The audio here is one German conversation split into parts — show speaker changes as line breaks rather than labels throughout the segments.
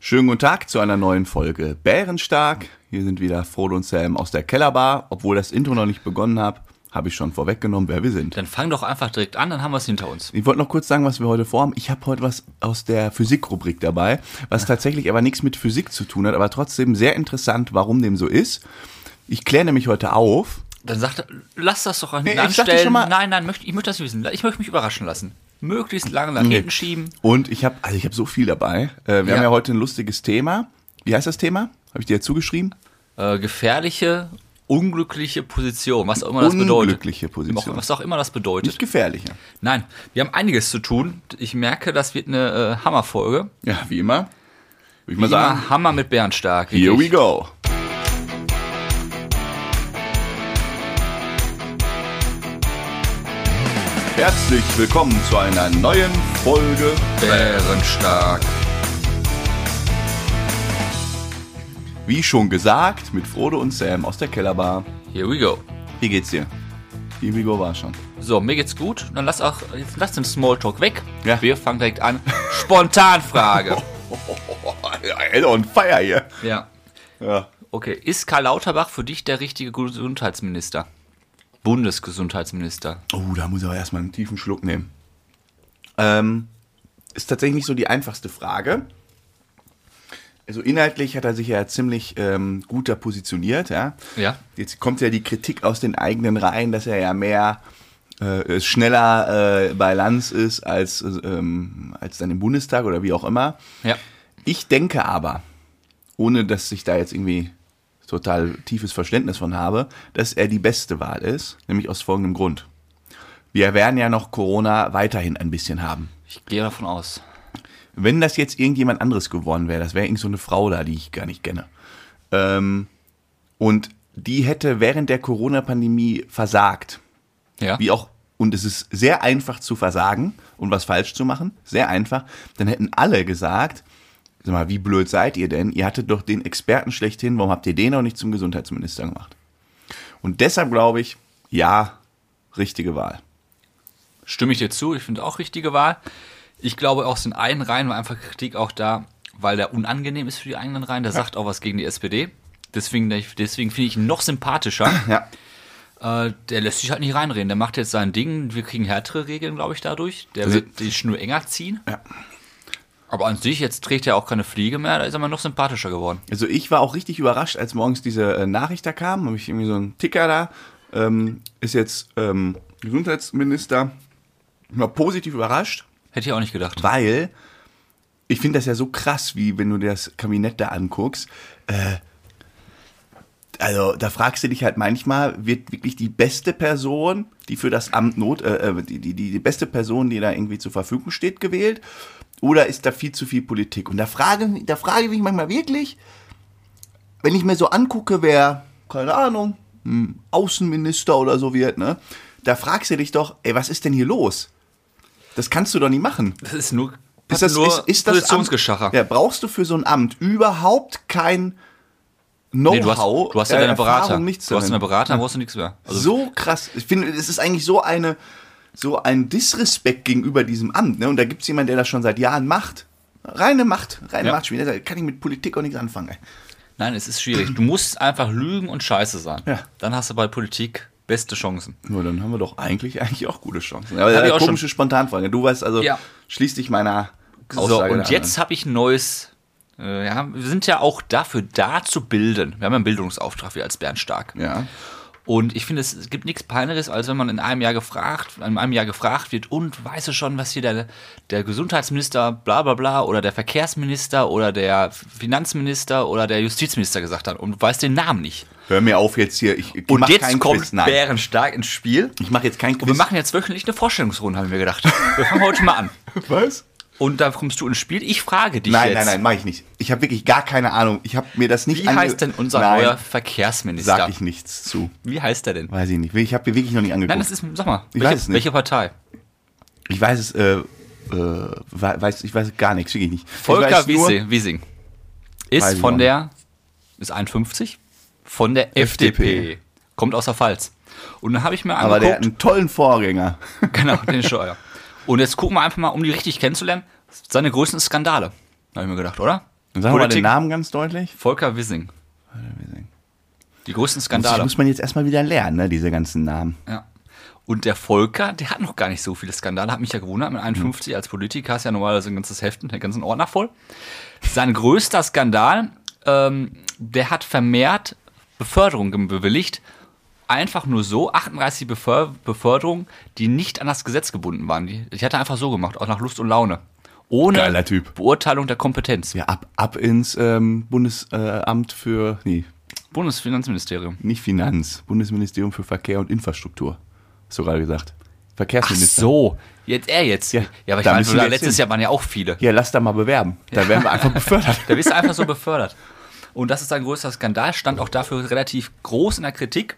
Schönen guten Tag zu einer neuen Folge Bärenstark. Hier sind wieder Frodo und Sam aus der Kellerbar. Obwohl das Intro noch nicht begonnen habe, habe ich schon vorweggenommen, wer wir sind.
Dann fang doch einfach direkt an, dann haben wir es hinter uns.
Ich wollte noch kurz sagen, was wir heute vorhaben. Ich habe heute was aus der Physikrubrik dabei, was tatsächlich aber nichts mit Physik zu tun hat, aber trotzdem sehr interessant, warum dem so ist. Ich kläre nämlich heute auf.
Dann sagt lass das doch an
Nee,
den
ich dachte
anstellen.
schon mal-
nein, nein, möcht, ich möchte das wissen. Ich möchte mich überraschen lassen. Möglichst lange nach hinten schieben.
Und ich habe also ich habe so viel dabei. Äh, wir
Ja.
haben ja heute ein lustiges Thema. Wie heißt das Thema? Habe ich dir ja zugeschrieben?
Äh, gefährliche, unglückliche Position, was auch immer das bedeutet.
Unglückliche
Auch-
Position.
Was auch immer das bedeutet.
Nicht gefährlicher.
Nein, wir haben einiges zu tun. Ich merke, das wird eine äh, Hammerfolge.
Ja, wie immer. Würde ich mal sagen.
Immer Hammer mit Bernstark.
Here we
wirklich.
go. Herzlich willkommen zu einer neuen Folge.
Bärenstark.
Wie schon gesagt, mit Frodo und Sam aus der Kellerbar.
Here we go.
Wie geht's dir? Here we go war schon.
So, mir geht's gut. Dann lass auch, jetzt lass den Smalltalk weg.
Ja.
Wir fangen direkt an. Spontanfrage.
Hell on fire hier.
ja.
Ja.
Okay, ist Karl Lauterbach für dich der richtige Gesundheitsminister? Bundesgesundheitsminister.
Oh, da muss ich aber erstmal einen tiefen Schluck nehmen. Ähm, ist tatsächlich nicht so die einfachste Frage. Also inhaltlich hat er sich ja ziemlich ähm, gut da positioniert, ja.
Ja.
Jetzt kommt ja die Kritik aus den eigenen Reihen, dass er ja mehr äh, schneller äh, bei Lanz ist als, äh, ähm, als dann im Bundestag oder wie auch immer.
Ja.
Ich denke aber, ohne dass ich da jetzt irgendwie total tiefes Verständnis von habe, dass er die beste Wahl ist, nämlich aus folgendem Grund. Wir werden ja noch Corona weiterhin ein bisschen haben.
Ich gehe davon aus.
Wenn das jetzt irgendjemand anderes geworden wäre, das wäre irgend so eine Frau da, die ich gar nicht kenne. Ähm, und die hätte während der Corona-Pandemie versagt.
Ja.
Wie auch, und es ist sehr einfach zu versagen und was falsch zu machen. Sehr einfach. Dann hätten alle gesagt, sag mal, wie blöd seid ihr denn? Ihr hattet doch den Experten schlechthin, warum habt ihr den noch nicht zum Gesundheitsminister gemacht? Und deshalb glaube ich, ja, richtige Wahl.
Stimme ich dir zu, ich finde auch richtige Wahl. Ich glaube, aus den einen Reihen war einfach Kritik auch da, weil der unangenehm ist für die eigenen Reihen. Der sagt auch was gegen die SPD. Deswegen, deswegen finde ich ihn noch sympathischer.
Ja.
Äh, der lässt sich halt nicht reinreden. Der macht jetzt sein Ding. Wir kriegen härtere Regeln, glaube ich, dadurch. Der
Also-
wird die Schnur enger ziehen. Aber an sich, jetzt trägt er auch keine Fliege mehr. Da ist er mal noch sympathischer geworden.
Also ich war auch richtig überrascht, als morgens diese äh, Nachricht da kam, habe ich irgendwie so einen Ticker da, ähm, ist jetzt ähm, Gesundheitsminister, Ich war positiv überrascht,
Hätte ich auch nicht gedacht.
weil ich finde das ja so krass, wie wenn du dir das Kabinett da anguckst. Äh, also da fragst du dich halt manchmal, wird wirklich die beste Person, die für das Amt not, äh, äh, die, die, die, die beste Person, die da irgendwie zur Verfügung steht, gewählt? Oder ist da viel zu viel Politik? Und da frage, da frage ich mich manchmal wirklich, wenn ich mir so angucke, wer, keine Ahnung, ein Außenminister oder so wird, ne? Da fragst du dich doch, ey, was ist denn hier los? Das kannst du doch nicht machen.
Das ist nur,
Ist das,
nur
ist, ist das
Positionsgeschacher.
Amt, ja, brauchst du für so ein Amt überhaupt kein Know-how?
nee, du hast, du hast ja
äh,
deine Berater.
Erfahrung, nichts
Du hast
darin.
deine Berater, dann brauchst du nichts mehr. Also,
so krass. Ich finde, es ist eigentlich so eine so ein Disrespekt gegenüber diesem Amt. Ne? Und da gibt es jemanden, der das schon seit Jahren macht. Reine Macht, reine
Ja.
Machtspiel. Da kann ich mit Politik auch nichts anfangen. Ey.
nein, es ist schwierig. Du musst einfach lügen und scheiße sein.
Ja.
Dann hast du bei Politik beste Chancen.
Nur dann haben wir doch eigentlich eigentlich auch gute Chancen. Aber
Hab ich
ja,
auch schon.
komische Spontanfrage. Du weißt also,
Ja.
schließ dich meiner Aussage der
so, und
anderen.
jetzt habe ich ein neues. Äh, ja, wir sind ja auch dafür da zu bilden. Wir haben ja einen Bildungsauftrag, wir als Bernstark.
Ja.
Und ich finde, es es gibt nichts Peinlicheres, als wenn man in einem Jahr gefragt, in einem Jahr gefragt wird, und weißt du schon, was hier der, der Gesundheitsminister, bla bla bla, oder der Verkehrsminister oder der Finanzminister oder der Justizminister gesagt hat und weiß den Namen nicht.
Hör mir auf jetzt hier. Ich, ich
Und
mach
jetzt
keinen
kommt
Quiz. Nein.
Bärenstark ins Spiel.
Ich mache jetzt keinen Quiz.
Und wir machen jetzt wöchentlich eine Vorstellungsrunde, haben wir gedacht. Wir fangen heute mal an.
was?
Und da kommst du ins Spiel. Ich frage dich
Nein,
jetzt.
nein, nein, mache ich nicht. Ich habe wirklich gar keine Ahnung. Ich habe mir das nicht
Wie
ange-
heißt denn unser
Nein,
neuer Verkehrsminister?
Sag ich nichts zu.
Wie heißt er denn?
Weiß ich nicht. Ich habe mir wirklich noch nicht angeguckt.
Nein, das ist, sag mal,
Ich
welche,
weiß es nicht.
welche Partei?
ich weiß es, äh, äh, we- weiß, ich weiß gar nichts, wirklich nicht. ich
Volker
weiß nur-
Wiese, Wiesing
Weiß
ist
ich auch
von der, ist 51, von der FDP.
FDP.
Kommt aus der Pfalz. Und dann habe ich mir
Aber der hat
angeguckt,
einen tollen Vorgänger.
genau, den Scheuer. Und jetzt gucken wir einfach mal, um die richtig kennenzulernen, seine größten Skandale. Da habe ich mir gedacht, oder?
Dann sagen wir mal den
Politik-
Namen ganz deutlich.
Volker Wissing. Die größten
Das
Skandale.
muss man jetzt erstmal wieder lernen, ne, diese ganzen Namen.
Ja. Und der Volker, der hat noch gar nicht so viele Skandale, hat mich ja gewundert.
Hm.
Mit 51 als Politiker ist ja normalerweise ein ganzes Heft, einen ganzen Ordner voll. Sein größter Skandal, ähm, der hat vermehrt Beförderungen bewilligt. Einfach nur so, 38 Beför Beförderungen, die nicht an das Gesetz gebunden waren. Die, die hat er einfach so gemacht, auch nach Lust und Laune. Ohne
Geiler Typ.
Beurteilung der Kompetenz.
Ja, ab, ab ins ähm, Bundesamt für, nee,
Bundesfinanzministerium.
nicht Finanz, Bundesministerium für Verkehr und Infrastruktur. Hast du gerade gesagt.
Ach
Verkehrsminister.
so, jetzt er jetzt.
Ja,
Ja, aber ich
da
meine,
müssen wir
sogar
jetzt
letztes
hin.
Jahr waren ja auch viele.
Ja, lass da mal bewerben. Da werden wir einfach befördert.
Da bist du einfach so befördert. Und das ist ein größter Skandal, stand auch dafür relativ groß in der Kritik.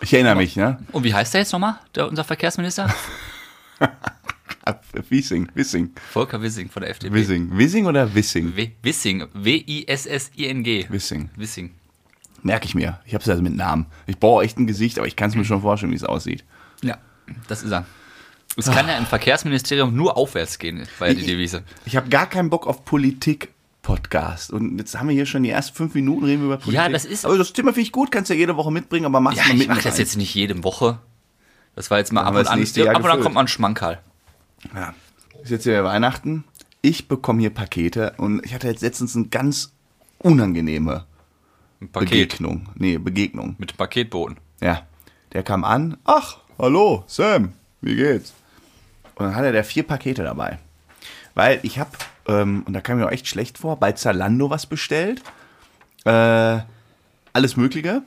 Ich erinnere mich, ne?
Und wie heißt der jetzt nochmal, der, unser Verkehrsminister?
Ab- Wiesing, Wissing,
Volker Wissing von der FDP.
Wissing. Wissing oder Wissing?
W Wissing, W-I-S-S-I-N-G.
Wissing.
Wissing.
Merke ich mir. Ich hab's ja mit Namen. Ich brauche echt ein Gesicht, aber ich kann es mir schon vorstellen, wie es aussieht.
Ja, das ist er. Es kann ja im Verkehrsministerium nur aufwärts gehen, war ja die Devise.
Ah. Ich habe gar keinen Bock auf Politik-Podcast. Und jetzt haben wir hier schon die ersten fünf Minuten reden wir über Politik.
Ja, das ist-
Aber das Thema finde ich gut, kannst ja jede Woche mitbringen, aber mach's
Ja,
mal mit.
ich mache
mit
das
rein.
jetzt nicht jede Woche. Das war jetzt mal
haben
ab
wir
und
das
an.
nächste Jahr
Ab und an
gefüllt.
kommt mal ein Schmankerl.
Ja. Ist jetzt wieder Weihnachten. Ich bekomme hier Pakete und ich hatte jetzt letztens eine ganz unangenehme
Ein Paket.
Begegnung. Nee, Begegnung.
Mit Paketboten.
Ja. Der kam an. Ach, hallo, Sam, wie geht's? Und dann hatte der vier Pakete dabei. Weil ich habe, ähm, und da kam mir auch echt schlecht vor, bei Zalando was bestellt. Äh, alles Mögliche.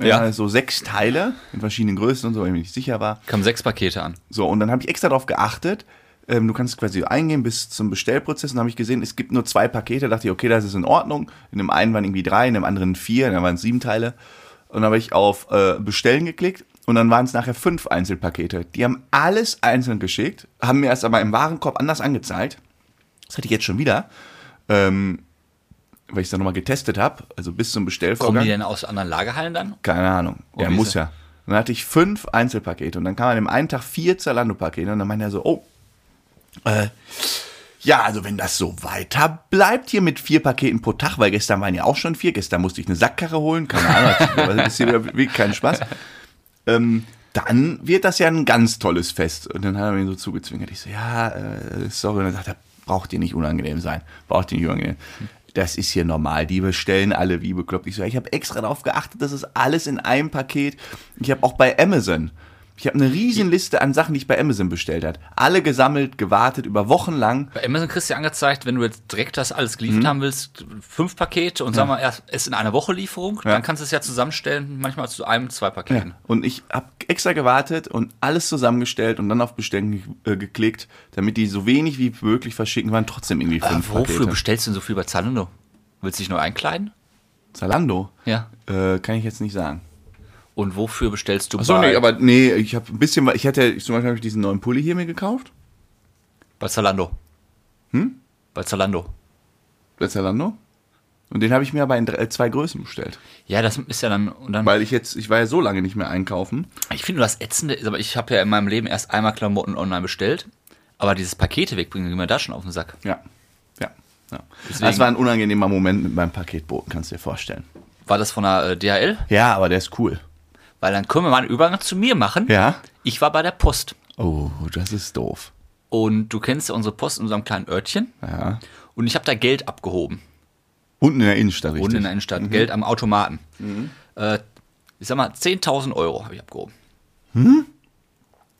Äh,
Ja.
So sechs Teile in verschiedenen Größen und so, weil ich mir nicht sicher war.
Kamen sechs Pakete an.
So, und dann habe ich extra darauf geachtet, ähm, du kannst quasi eingehen bis zum Bestellprozess und dann habe ich gesehen, es gibt nur zwei Pakete. Da dachte ich, okay, das ist in Ordnung. In dem einen waren irgendwie drei, in dem anderen vier, dann waren es sieben Teile. Und dann habe ich auf äh, Bestellen geklickt und dann waren es nachher fünf Einzelpakete. Die haben alles einzeln geschickt, haben mir erst aber im Warenkorb anders angezeigt. Das hatte ich jetzt schon wieder, ähm, weil ich es dann nochmal getestet habe, also bis zum Bestellvorgang.
Kommen die denn aus anderen Lagerhallen dann?
Keine Ahnung. er
wie
muss
ist
ja. Und dann hatte ich fünf Einzelpakete und dann kam an dem einen Tag vier Zalando-Pakete und dann meinte er so, oh, äh, ja, also wenn das so weiter bleibt hier mit vier Paketen pro Tag, weil gestern waren ja auch schon vier, gestern musste ich eine Sackkarre holen, keine Ahnung, also das ist hier wieder wirklich kein Spaß. Ähm, dann wird das ja ein ganz tolles Fest. Und dann hat er mir so zugezwinkert. Ich so, ja, äh, sorry. Und dann sagt er, braucht ihr nicht unangenehm sein. Braucht ihr nicht unangenehm. Das ist hier normal. Die bestellen alle wie bekloppt. Ich so, ja, ich habe extra darauf geachtet, das ist alles in einem Paket. Ich habe auch bei Amazon. Ich habe eine riesen Liste an Sachen, die ich bei Amazon bestellt hat. Alle gesammelt, gewartet, über Wochen lang.
Bei Amazon kriegst du ja angezeigt, wenn du jetzt direkt das alles
Mhm.
geliefert haben willst, fünf Pakete und sagen wir erst ist in einer Woche Lieferung, dann kannst du es ja zusammenstellen, manchmal zu einem, zwei Paketen.
Und ich habe extra gewartet und alles zusammengestellt und dann auf Bestellen äh, geklickt, damit die so wenig wie möglich verschicken, waren trotzdem irgendwie
Äh,
fünf
wofür
Pakete.
bestellst du denn so viel bei Zalando? Willst du dich neu einkleiden?
Zalando?
Ja.
Äh, kann ich jetzt nicht sagen.
Und wofür bestellst du
Ach So,
bei,
nee, aber nee, ich habe ein bisschen, ich hatte zum Beispiel hab ich diesen neuen Pulli hier mir gekauft,
bei Zalando? Hm?
Hm?
Bei Zalando.
bei Zalando. Und den habe ich mir aber in drei, äh, zwei Größen bestellt.
Ja, das ist ja dann, und dann
Weil ich jetzt, ich war ja so lange nicht mehr einkaufen.
ich finde das Ätzende ist, aber ich habe ja in meinem Leben erst einmal Klamotten online bestellt, aber dieses Pakete wegbringen, ging mir da schon auf den Sack.
Ja. Ja. ja. Das
Deswegen-
war ein unangenehmer Moment mit meinem Paketboten, kannst du dir vorstellen.
War das von der äh, DHL?
Ja, aber der ist cool.
Weil dann können wir mal einen Übergang zu mir machen.
Ja.
Ich war bei der Post.
Oh, das ist doof.
Und du kennst ja unsere Post in unserem kleinen Örtchen.
Ja.
Und ich habe da Geld abgehoben.
Unten in der Innenstadt, richtig. Mhm.
Unten in der Innenstadt. Geld am Automaten. Äh, ich sag mal, 10.000 Euro habe ich abgehoben. Hm?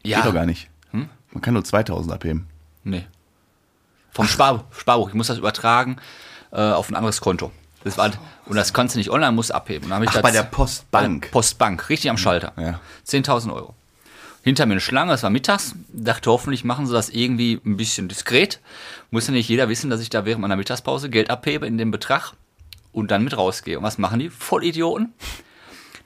Ja.
Geht doch gar nicht. Man kann nur 2000 abheben.
Nee. Vom Spar Sparbuch. Ich muss das übertragen äh, auf ein anderes Konto. Das war, und das kannst du nicht online, musst du abheben. Und dann hab ich
Ach,
das-
bei der Postbank.
Postbank, richtig am Schalter.
Ja.
10.000 Euro. Hinter mir eine Schlange, es war mittags. Dachte, hoffentlich machen sie das irgendwie ein bisschen diskret. Muss ja nicht jeder wissen, dass ich da während meiner Mittagspause Geld abhebe in dem Betrag und dann mit rausgehe. Und was machen die? Vollidioten.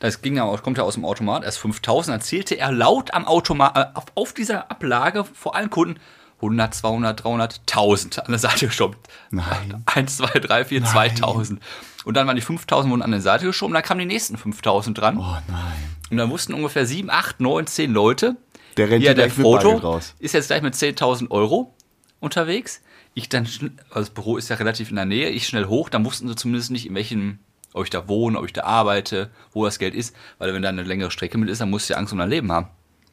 Das ging ja, kommt ja aus dem Automat, erst 5000. Dann zählte er laut am Automat, äh, auf, auf dieser Ablage vor allen Kunden 100, 200, 300, 1000. An der Seite geschoben.
Nein.
1, 2, 3, 4, 2000. Und dann waren die 5000 wurden an der Seite geschoben, dann kamen die nächsten 5000 dran.
Oh nein.
Und dann wussten ungefähr 7, 8, 9, 10 Leute.
Der rennt
ja,
hier
der
gleich mit Bargeld
Foto
raus.
ist jetzt gleich mit 10.000 Euro unterwegs. Ich dann, schn- also das Büro ist ja relativ in der Nähe, ich schnell hoch, dann wussten sie zumindest nicht, in welchem, ob ich da wohne, ob ich da arbeite, wo das Geld ist, weil wenn da eine längere Strecke mit ist, dann musst du ja Angst um dein Leben haben.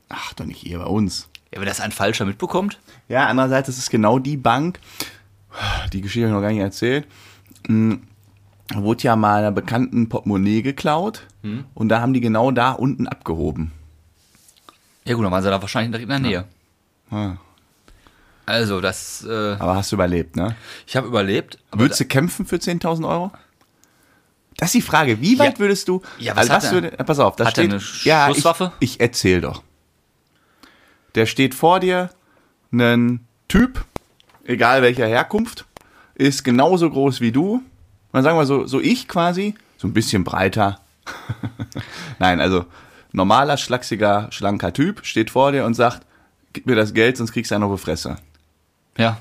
Ach, doch nicht hier bei uns.
Ja, wenn das ein Falscher mitbekommt,
Ja, andererseits ist es genau die Bank, die Geschichte habe ich noch gar nicht erzählt, hm, wurde ja mal einer bekannten Portemonnaie geklaut und da haben die genau da unten abgehoben.
ja gut, dann waren sie da wahrscheinlich direkt in der Nähe.
Ah.
Also, das, äh,
Aber hast du überlebt, ne?
ich habe überlebt. aber
Würdest du kämpfen für 10.000 Euro? Das ist die Frage. Wie weit würdest du. Also
Ja, was hat er?
würde, Pass auf, da
Hat er
steht.
eine Sch-
ja, ich,
Schusswaffe?
ich erzähl doch. Der steht vor dir, ein Typ, egal welcher Herkunft, ist genauso groß wie du. Dann sagen wir so, so ich quasi, so ein bisschen breiter. Nein, also normaler, schlachsiger, schlanker Typ steht vor dir und sagt: Gib mir das Geld, sonst kriegst du einen auf die Fresse.
ja,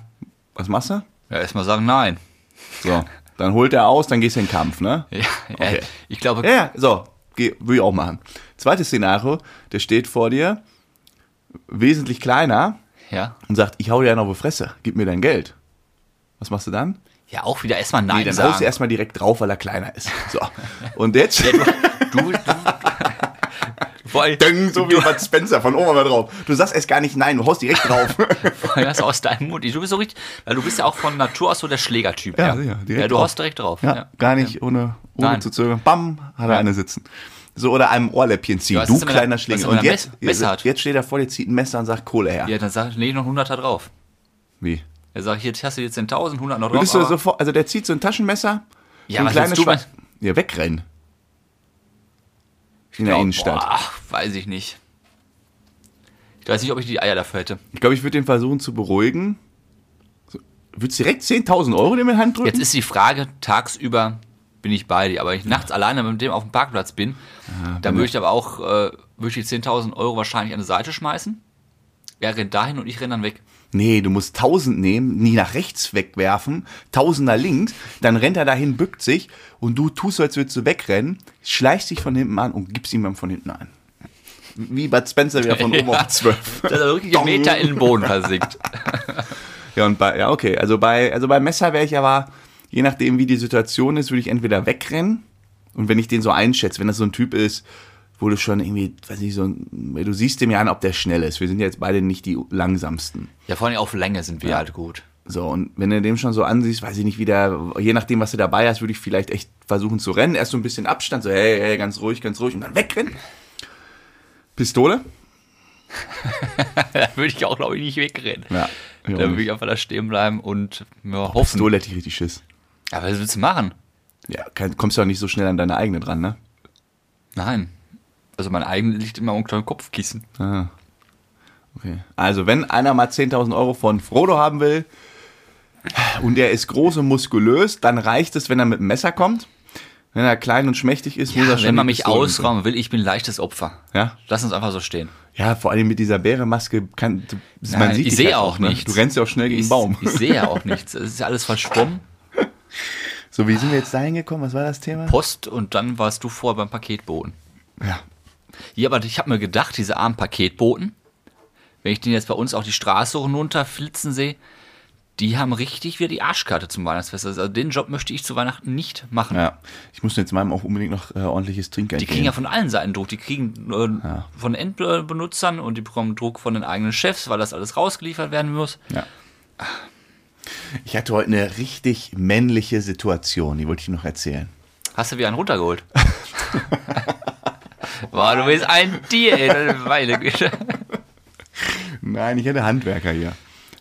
Was machst du?
ja erstmal sagen nein.
So, dann holt er aus, dann gehst du in den Kampf, ne?
Ja,
Okay. Äh?
ja, ich glaube,
Ja, ja, so, geh, will ich auch machen. Zweites Szenario, der steht vor dir, wesentlich kleiner
ja.
und sagt, ich hau dir einen auf die Fresse, gib mir dein Geld. Was machst du dann?
Ja, auch wieder erstmal
Nee,
Nein
dann haust du
sagen.
erstmal direkt drauf, weil er kleiner ist. So, und jetzt...
Du, du, weil,
Ding, so wie bei Spencer von oben mal drauf. Du sagst erst gar nicht nein, du haust direkt drauf.
weil das aus deinem Mund. Du bist so richtig, weil du bist ja auch von Natur aus so der Schlägertyp.
Ja,
Ja,
sicher, direkt
ja du
drauf.
haust direkt drauf.
ja, gar nicht ohne, ohne
Nein.
zu zögern. Bam, hat er eine sitzen. So, oder einem Ohrläppchen ziehen.
Ja, was
du
ist denn, wenn er-
kleiner
was ist denn,
Schlinge.
wenn
Und
er
jetzt,
Mess- Messer hat?
jetzt steht er vor dir, zieht ein Messer und sagt Kohle her.
Ja, dann sag, leg ich noch 100er drauf.
Wie?
Er sagt, jetzt hast du jetzt 10.000, 100 noch drauf.
Würdest du
aber-
sofort, also der zieht so ein Taschenmesser,
Ja,
so ein
was willst
kleines Schwa-
du
Ja, wegrennen. In der
Ja,
Innenstadt.
Boah, weiß ich nicht. Ich weiß nicht, ob ich die Eier dafür hätte.
Ich glaube, ich würde den versuchen zu beruhigen. So, würdest du direkt 10.000 Euro dem in die Hand drücken?
Jetzt ist die Frage, tagsüber bin ich bei dir, aber wenn ich nachts alleine mit dem auf dem Parkplatz bin, dann würde ich aber auch, äh, würde ich die 10.000 Euro wahrscheinlich an die Seite schmeißen. Er rennt dahin und ich renn dann weg.
nee, du musst 1.000 nehmen, nie nach rechts wegwerfen, Tausender links, dann rennt er dahin, bückt sich und du tust so, als würdest du wegrennen, schleichst dich von hinten an und gibst ihm dann von hinten ein. Wie Bud Spencer wieder von oben
Ja.
auf 12.
Dass er wirklich
Dong.
einen Meter in den Boden versinkt.
Ja, und bei, ja, okay. Also bei, also bei Messer wäre ich aber, je nachdem wie die Situation ist, würde ich entweder wegrennen und wenn ich den so einschätze, wenn das so ein Typ ist, wo du schon irgendwie, weiß nicht, so ein, du siehst dem ja an, ob der schnell ist. Wir sind ja jetzt beide nicht die langsamsten.
Ja, vor allem auf Länge sind wir halt gut.
So, und wenn du dem schon so ansiehst, weiß ich nicht, wie der, je nachdem, was du dabei hast, würde ich vielleicht echt versuchen zu rennen. Erst so ein bisschen Abstand, so, hey, hey, ganz ruhig, ganz ruhig und dann wegrennen. Pistole?
Da würde ich auch, glaube ich, nicht wegrennen.
Ja.
Dann würde ich einfach da stehen bleiben und ja, hoffen.
Pistole hätte ich richtig Schiss.
Aber was willst du machen?
Ja, kein- kommst ja auch nicht so schnell an deine eigene dran, ne?
Nein. Also mein eigenes liegt immer unter dem Kopfkissen.
Ah. Okay. Also, wenn einer mal 10.000 Euro von Frodo haben will und er ist groß und muskulös, dann reicht es, wenn er mit dem Messer kommt. Wenn er klein und schmächtig ist, muss er
Ja,
schon.
wenn man
die
mich
Pistole
ausrauben will, ich bin leichtes Opfer.
mitbringen. Ja?
Lass uns einfach so stehen.
ja, vor allem mit dieser Bäremaske kann. Du, man
Nein,
sieht
ich
dich
sehe
halt
auch
ne?
nichts.
Du rennst ja auch schnell gegen
Ich,
den Baum.
ich sehe ja auch nichts. Es ist ja alles verschwommen.
So, wie sind wir jetzt da hingekommen? Was war das Thema?
Post und dann warst du vorher beim Paketboten.
Ja.
Ja, aber ich habe mir gedacht, diese armen Paketboten, wenn ich den jetzt bei uns auch die Straße runterflitzen sehe, die haben richtig wieder die Arschkarte zum Weihnachtsfest. Also den Job möchte ich zu Weihnachten nicht machen.
ja. Ich muss jetzt meinem auch unbedingt noch äh, ordentliches Trinkgeld
Die kriegen ja
geben.
von allen Seiten Druck. Die kriegen äh, von Endbenutzern und die bekommen Druck von den eigenen Chefs, weil das alles rausgeliefert werden muss.
Ja.
Ah.
Ich hatte heute eine richtig männliche Situation, die wollte ich noch erzählen.
Hast du wieder einen runtergeholt? Boah, du bist ein Tier, ey. Meine Güte.
Nein, ich hätte Handwerker hier.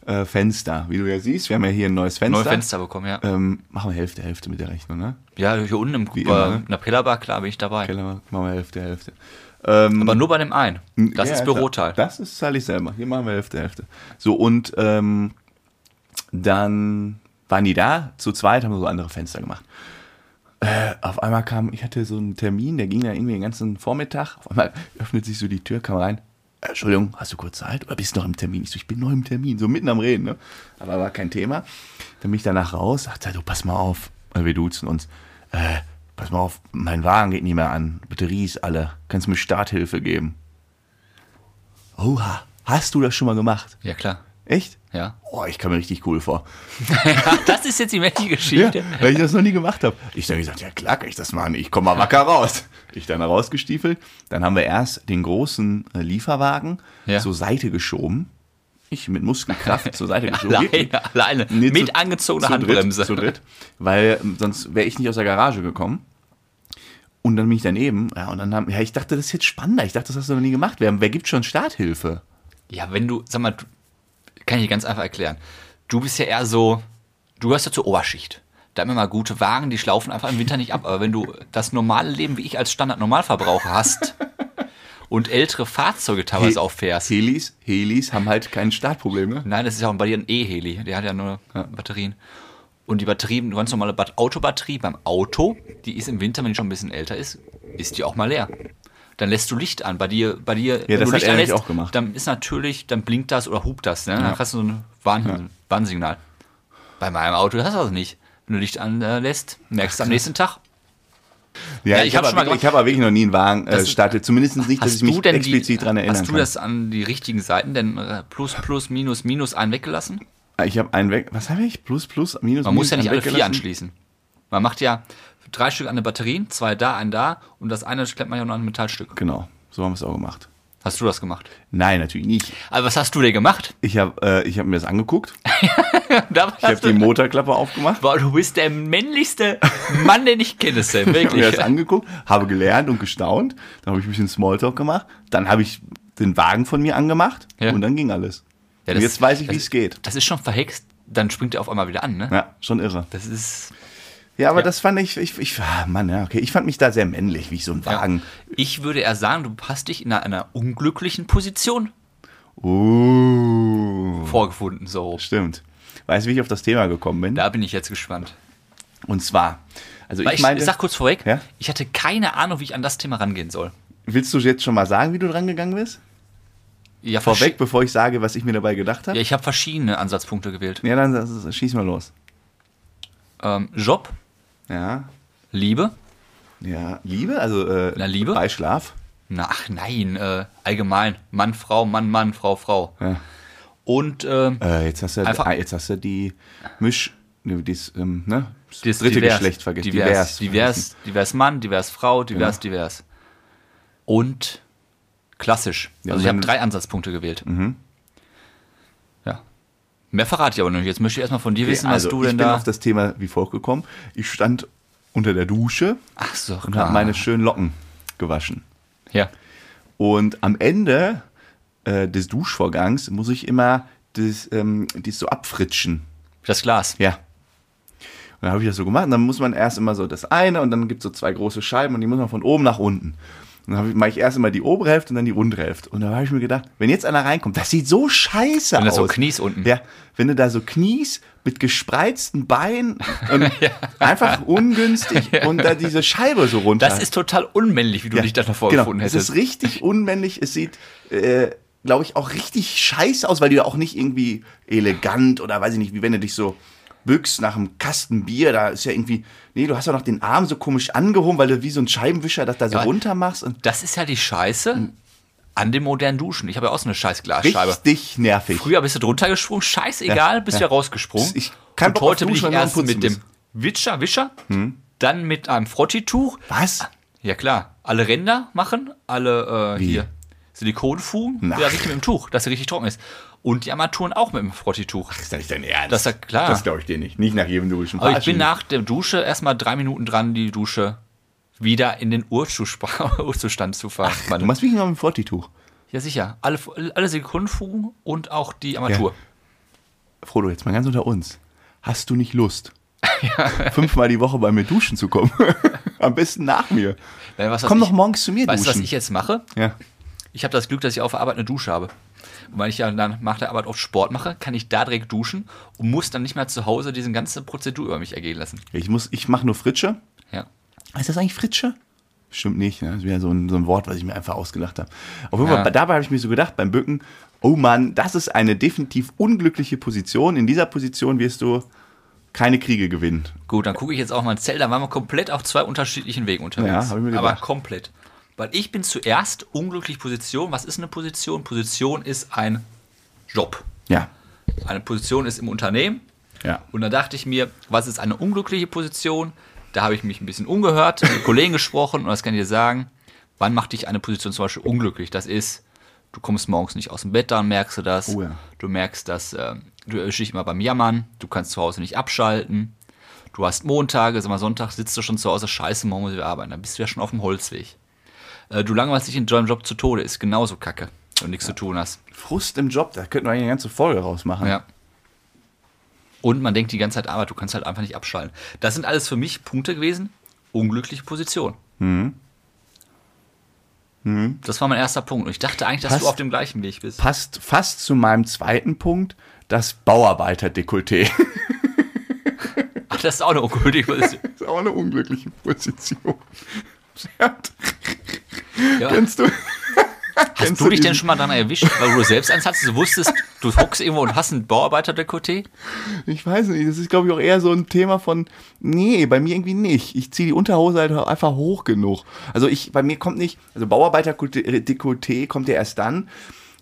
Äh, Fenster, wie du ja siehst, wir haben ja hier ein neues Fenster.
Neue Fenster bekommen, ja.
Ähm, machen wir Hälfte, Hälfte mit der Rechnung, ne?
Ja, hier unten im,
immer, ne?
äh, in der Pillerbar, klar, bin ich dabei.
Keller, machen wir Hälfte, Hälfte. Ähm,
Aber nur bei dem einen. Das
ja,
ist
klar.
Büroteil.
Das ist zahle ich selber. Hier machen wir Hälfte, Hälfte. So, und ähm, dann waren die da, zu zweit haben wir so andere Fenster gemacht. Äh, auf einmal kam, ich hatte so einen Termin, der ging dann irgendwie den ganzen Vormittag. Auf einmal öffnet sich so die Tür, kam rein. Äh, Entschuldigung, hast du kurz Zeit? Oder bist du noch im Termin? Ich so, ich bin noch im Termin, so mitten am Reden, ne? Aber war kein Thema. Dann bin ich danach raus, sagt er, du, pass mal auf. Also wir duzen uns. Äh, pass mal auf, mein Wagen geht nicht mehr an. Batteries alle. Kannst du mir Starthilfe geben? Oha, hast du das schon mal gemacht?
Ja, klar.
Echt?
Ja.
Oh, ich kam mir richtig cool vor.
Das ist jetzt die mächtige
Ja,
Geschichte.
weil ich das noch nie gemacht habe. Ich dann gesagt, ja klar kann ich das machen, ich komme mal wacker raus. Ich dann rausgestiefelt, dann haben wir erst den großen äh, Lieferwagen
Ja.
zur Seite geschoben. Ich mit Muskelkraft zur Seite geschoben.
Alleine, alleine.
Nee,
mit
zu-
angezogener
zu
Handbremse.
Dritt, zu dritt, weil ähm, sonst wäre ich nicht aus der Garage gekommen. Und dann bin ich daneben. Ja, und dann haben, ja, ich dachte, das ist jetzt spannender. Ich dachte, das hast du noch nie gemacht. Wer, wer gibt schon Starthilfe?
Ja, wenn du, sag mal, du, kann ich dir ganz einfach erklären. Du bist ja eher so, du gehörst ja zur Oberschicht. Da haben wir mal gute Wagen, die schlaufen einfach im Winter nicht ab. Aber wenn du das normale Leben wie ich als Standard-Normalverbraucher hast und ältere Fahrzeuge teilweise
He-
auffährst.
Helis, Helis haben halt kein Startproblem, ne?
Nein, das ist ja auch bei dir ein E-Heli. Der hat ja nur Batterien. Und die Batterien, ganz normale Bat Autobatterie beim Auto, die ist im Winter, wenn die schon ein bisschen älter ist, ist die auch mal leer. Dann lässt du Licht an. Bei dir, bei dir, wenn
das
du
hat
Licht
er nämlich
anlässt,
auch gemacht.
Dann ist natürlich, dann blinkt das oder hupt das. Ne? Dann hast du so ein Warn Warnsignal. Bei meinem Auto hast du das nicht. Wenn du Licht anlässt, merkst du am nächsten Tag. Ja, ich hab schon mal
wirklich-
gemacht-
ich habe aber wirklich noch nie einen Wagen äh, startet. Zumindest nicht, dass ich mich
denn die-
explizit daran erinnern
Hast du das an die richtigen Seiten, denn äh, plus, plus, minus, minus einen weggelassen?
kann. Ah, Ich habe einen weg. Was habe ich? Plus, plus, minus.
Man muss
minus,
ja nicht
einen
alle vier
weggelassen?
anschließen. Man macht ja drei Stück an der Batterien, zwei da, ein da und das eine klemmt man ja noch an ein Metallstück.
Genau, so haben wir es auch gemacht.
Hast du das gemacht?
Nein, natürlich nicht.
Aber was hast du denn gemacht?
Ich habe äh, ich hab mir das angeguckt.
Da
Ich habe
hast
die
du,
Motorklappe aufgemacht.
boah, du bist der männlichste Mann, den ich kenne, Sam.
Ich habe mir
Wirklich.
das angeguckt, habe gelernt und gestaunt. Dann habe ich ein bisschen Smalltalk gemacht. Dann habe ich den Wagen von mir angemacht
Ja.
und dann ging alles.
Ja,
und
das-
jetzt weiß ich, wie
das-
es geht.
Das ist schon verhext, dann springt er auf einmal wieder an, ne?
Ja, schon irre.
Das ist.
Ja, aber das fand ich, ich, ich, ah, Mann, ja, okay. Ich fand mich da sehr männlich, wie ich so einen Wagen.
Ich würde eher sagen, du hast dich in einer, einer unglücklichen Position
Uh,
vorgefunden, so.
stimmt. Weißt du, wie ich auf das Thema gekommen bin?
Da bin ich jetzt gespannt.
Und zwar, also
Weil
ich
ich,
meine,
ich sag kurz vorweg,
Ja?
ich hatte keine Ahnung, wie ich an das Thema rangehen soll.
willst du jetzt schon mal sagen, wie du dran gegangen bist?
Ja,
Vorweg, bevor ich sage, was ich mir dabei gedacht habe?
Ja,
Ja,
ich habe verschiedene Ansatzpunkte gewählt.
dann s- s- schieß mal los.
Ähm, Job,
Ja,
Liebe,
ja. Liebe, also äh,
Na, Liebe?
bei Schlaf.
na, ach nein, äh, allgemein, Mann, Frau, Mann, Mann, Frau, Frau.
Ja.
Und ähm,
Äh, jetzt, hast du,
Einfach-
ah, jetzt hast du die Misch, nee, dies, ähm, ne? das
das
dritte
divers,
Geschlecht vergessen.
Divers, divers,
vergessen.
divers, Mann, divers Frau,
Genau.
divers, divers. Und klassisch.
Ja,
also ich
wenn Mhm.
habe
du-
drei Ansatzpunkte gewählt. Ja. Mehr verrate ich aber noch nicht. Jetzt möchte ich erstmal von dir wissen,
Okay, also,
was du denn
ich bin
da.
auf das Thema wie folgt gekommen. Ich stand unter der Dusche
Ach so,
und habe
klar.
meine schönen Locken gewaschen.
Ja.
Und am Ende äh, des Duschvorgangs muss ich immer das, ähm, dies so abfritschen.
Das Glas.
Ja. Und dann habe ich das so gemacht. Und dann muss man erst immer so das eine und dann gibt es so zwei große Scheiben und die muss man von oben nach unten. Und dann mache ich erst immer die obere Hälfte und dann die untere Hälfte. Und da habe ich mir gedacht, wenn jetzt einer reinkommt, das sieht so scheiße aus.
Wenn das so kniest unten.
Ja, wenn du da so kniest mit gespreizten Beinen und einfach ungünstig und da diese Scheibe so runter.
Das ist total unmännlich, wie du dich da noch vorgefunden
genau. Es
hättest.
ist richtig unmännlich. Es sieht, äh, glaube ich, auch richtig scheiße aus, weil du ja auch nicht irgendwie elegant oder weiß ich nicht, wie wenn du dich so bückst nach einem Kasten Bier. Da ist ja irgendwie, nee, du hast ja noch den Arm so komisch angehoben, weil du wie so ein Scheibenwischer das da so
Ja.
runter machst. Und
Das ist ja die Scheiße an dem modernen Duschen. Ich habe ja auch so eine scheiß Glasscheibe.
Hm. richtig nervig.
Früher bist du drunter gesprungen, scheißegal, bist
ja.
ja, rausgesprungen.
Ich- kein
Und
Bock auf
heute bin ich
Duschen, wenn man
erst
putzen Hm.
mit dem
muss.
Witscher, Wischer, dann mit einem Frottituch.
Was?
Ja klar, alle Ränder machen, alle äh, hier Silikonfugen,
Na.
ja richtig mit dem Tuch, dass er richtig trocken ist. Und die Armaturen auch mit dem Frottituch.
Das ist ja nicht dein Ernst.
Das ist ja klar.
Das glaube ich dir nicht. Nicht nach jedem Duschen.
Aber ich
Verarschen.
bin nach der Dusche erstmal drei Minuten dran, die Dusche wieder in den Urzuspa- Urzustand zu
Du
verwandeln.
machst mich noch mit dem Fortituch.
Ja, sicher. Alle, alle Sekundenfugen und auch die Armatur.
Frodo, jetzt mal ganz unter uns. Hast du nicht Lust, fünfmal die Woche bei mir duschen zu kommen? Am besten nach mir.
Nein, was weiß
Komm
ich.
doch morgens zu mir
Weißt du, was
duschen.
ich jetzt mache?
ja.
Ich habe das Glück, dass ich auf der Arbeit eine Dusche habe. Und weil ich ja dann nach der Arbeit oft Sport mache, kann ich da direkt duschen und muss dann nicht mehr zu Hause diese ganze Prozedur über mich ergehen lassen.
Ich, muss- ich mache nur Fritsche.
Ja.
Ist das eigentlich Fritsche? Stimmt nicht. Ne? Das ist wieder so ein, so ein Wort, was ich mir einfach ausgedacht habe. Auf jeden Fall,
Ja.
dabei habe ich mir so gedacht, beim Bücken, oh Mann, das ist eine definitiv unglückliche Position. In dieser Position wirst du keine Kriege gewinnen.
Gut, dann gucke ich jetzt auch mal ins Zelt. Da waren wir komplett auf zwei unterschiedlichen Wegen unterwegs.
Ja, hab ich mir gedacht.
Aber komplett. Weil ich bin zuerst unglücklich Position. Was ist eine Position? Position ist ein Job.
Ja.
eine Position ist im Unternehmen.
Ja.
Und da dachte ich mir, was ist eine unglückliche Position? Da habe ich mich ein bisschen umgehört, mit Kollegen gesprochen und das kann ich dir sagen, wann macht dich eine Position zum Beispiel unglücklich? Das ist, du kommst morgens nicht aus dem Bett, dann merkst du das.
Oh ja.
Du merkst, dass äh, du erwischst dich immer beim Jammern, du kannst zu Hause nicht abschalten. Du hast Montage, sag mal Sonntag sitzt du schon zu Hause, scheiße, morgen muss ich wieder arbeiten, dann bist du ja schon auf dem Holzweg. Äh, du langweilst dich in deinem Job zu Tode, ist genauso kacke, wenn du nichts zu tun hast.
Frust im Job, da könnten wir eigentlich eine ganze Folge rausmachen.
Ja. Und man denkt die ganze Zeit, aber du kannst halt einfach nicht abschalten. Das sind alles für mich Punkte gewesen. Unglückliche Position.
Mhm.
Das war mein erster Punkt. Und ich dachte eigentlich, dass
Passt.
du auf dem gleichen Weg bist.
Passt fast zu meinem zweiten Punkt, das Bauarbeiter-Dekolleté.
Ach, das ist auch eine unglückliche Position.
ist auch eine unglückliche Position. Scherz.
Ja.
Kennst du?
Hast du dich denn schon mal daran erwischt, weil du selbst eins hattest, du wusstest, du hockst irgendwo und hast einen Bauarbeiter-Dekoté?
Ich weiß nicht, das ist glaube ich auch eher so ein Thema von, nee, bei mir irgendwie nicht. Ich ziehe die Unterhose halt einfach hoch genug. Also ich, bei mir kommt nicht, also Bauarbeiter-Dekolleté kommt ja erst dann,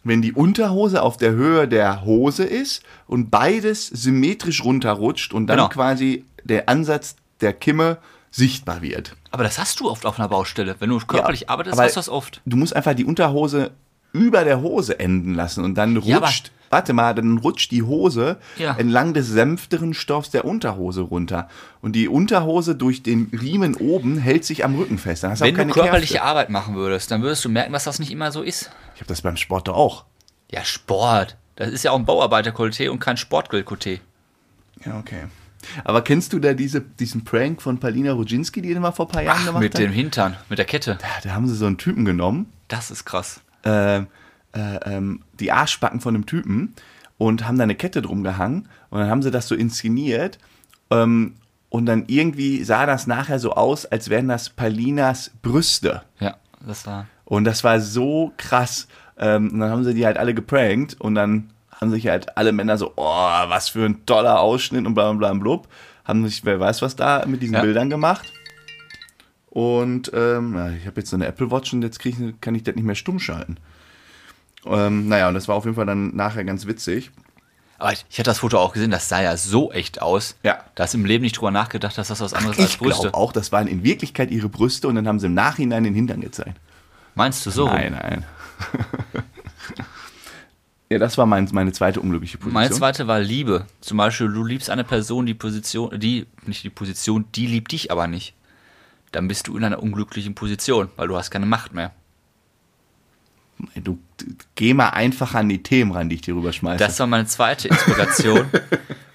wenn die Unterhose auf der Höhe der Hose ist und beides symmetrisch runterrutscht und dann
Genau.
quasi der Ansatz der Kimme sichtbar wird.
Aber das hast du oft auf einer Baustelle. Wenn du körperlich
Ja,
arbeitest,
aber
hast du das oft.
Du musst einfach die Unterhose über der Hose enden lassen und dann rutscht,
Ja, aber-
warte mal, dann rutscht die Hose
Ja.
entlang des sänfteren Stoffs der Unterhose runter. Und die Unterhose durch den Riemen oben hält sich am Rücken fest. Dann hast du
Wenn
auch keine
du körperliche
Kräfte.
Arbeit machen würdest, dann würdest du merken, dass das nicht immer so ist.
Ich habe das beim Sport doch auch.
Ja, Sport. Das ist ja auch ein Bauarbeiter-Koté und kein Sportgrill-Koté.
Ja, okay. Aber kennst du da diese, diesen Prank von Paulina Rudzinski, die den mal vor ein paar Jahren
Ach,
gemacht
mit
hat?
dem Hintern, mit der Kette.
Ja, da haben sie so einen Typen genommen
Das ist krass.
ähm, äh, ähm, die Arschbacken von dem Typen und haben da eine Kette drum gehangen und dann haben sie das so inszeniert ähm, und dann irgendwie sah das nachher so aus, als wären das Palinas Brüste
Ja, das war.
und das war so krass ähm, und dann haben sie die halt alle geprankt und dann haben sich halt alle Männer so, oh, was für ein toller Ausschnitt und bla bla bla blub, haben sich, wer weiß was da mit diesen
Ja.
Bildern gemacht und ähm, ja, ich habe jetzt so eine Apple Watch und jetzt krieg ich, kann ich das nicht mehr stumm schalten. Ähm, naja, und das war auf jeden Fall dann nachher ganz witzig.
Aber ich, ich hatte das Foto auch gesehen, das sah ja so echt aus.
Ja.
Da hast du im Leben nicht drüber nachgedacht, dass das was anderes als
Ich
Brüste.
glaube auch, das waren in Wirklichkeit ihre Brüste und dann haben sie im Nachhinein den Hintern gezeigt.
Meinst du so?
Nein, nein. ja, das war mein, meine zweite unglückliche Position.
Meine zweite war Liebe. Zum Beispiel, du liebst eine Person, die Position, die, nicht die Position, die liebt dich aber nicht. Dann bist du in einer unglücklichen Position, weil du hast keine Macht mehr.
Du d- geh mal einfach an die Themen ran, die ich dir rüberschmeiße.
Das war meine zweite Inspiration.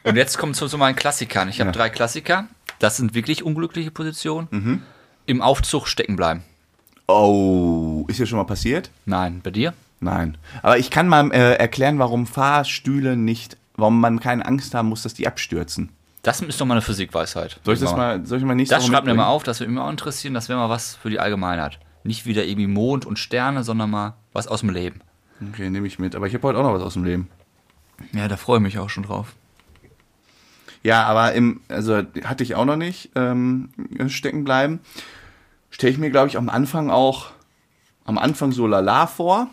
Und jetzt kommt zu, zu meinen Klassikern. Ich habe drei Klassiker. Das sind wirklich unglückliche Positionen. Im Aufzug stecken bleiben.
oh, ist ja schon mal passiert?
Nein, bei dir?
Nein. Aber ich kann mal äh, erklären, warum Fahrstühle nicht, warum man keine Angst haben muss, dass die abstürzen.
Das ist doch mal eine Physikweisheit.
Soll ich das mal, soll ich mal nächste
Das
Woche
schreibt mir
mitbringen?
mal auf, das würde mich auch interessieren. Das wäre mal was für die Allgemeinheit. Nicht wieder irgendwie Mond und Sterne, sondern mal was aus dem Leben.
Okay, nehme ich mit. Aber ich habe heute auch noch was aus dem Leben.
Ja, da freue ich mich auch schon drauf.
Ja, aber im, also hatte ich auch noch nicht ähm, stecken bleiben. Stelle ich mir, glaube ich, am Anfang auch am Anfang so lala vor.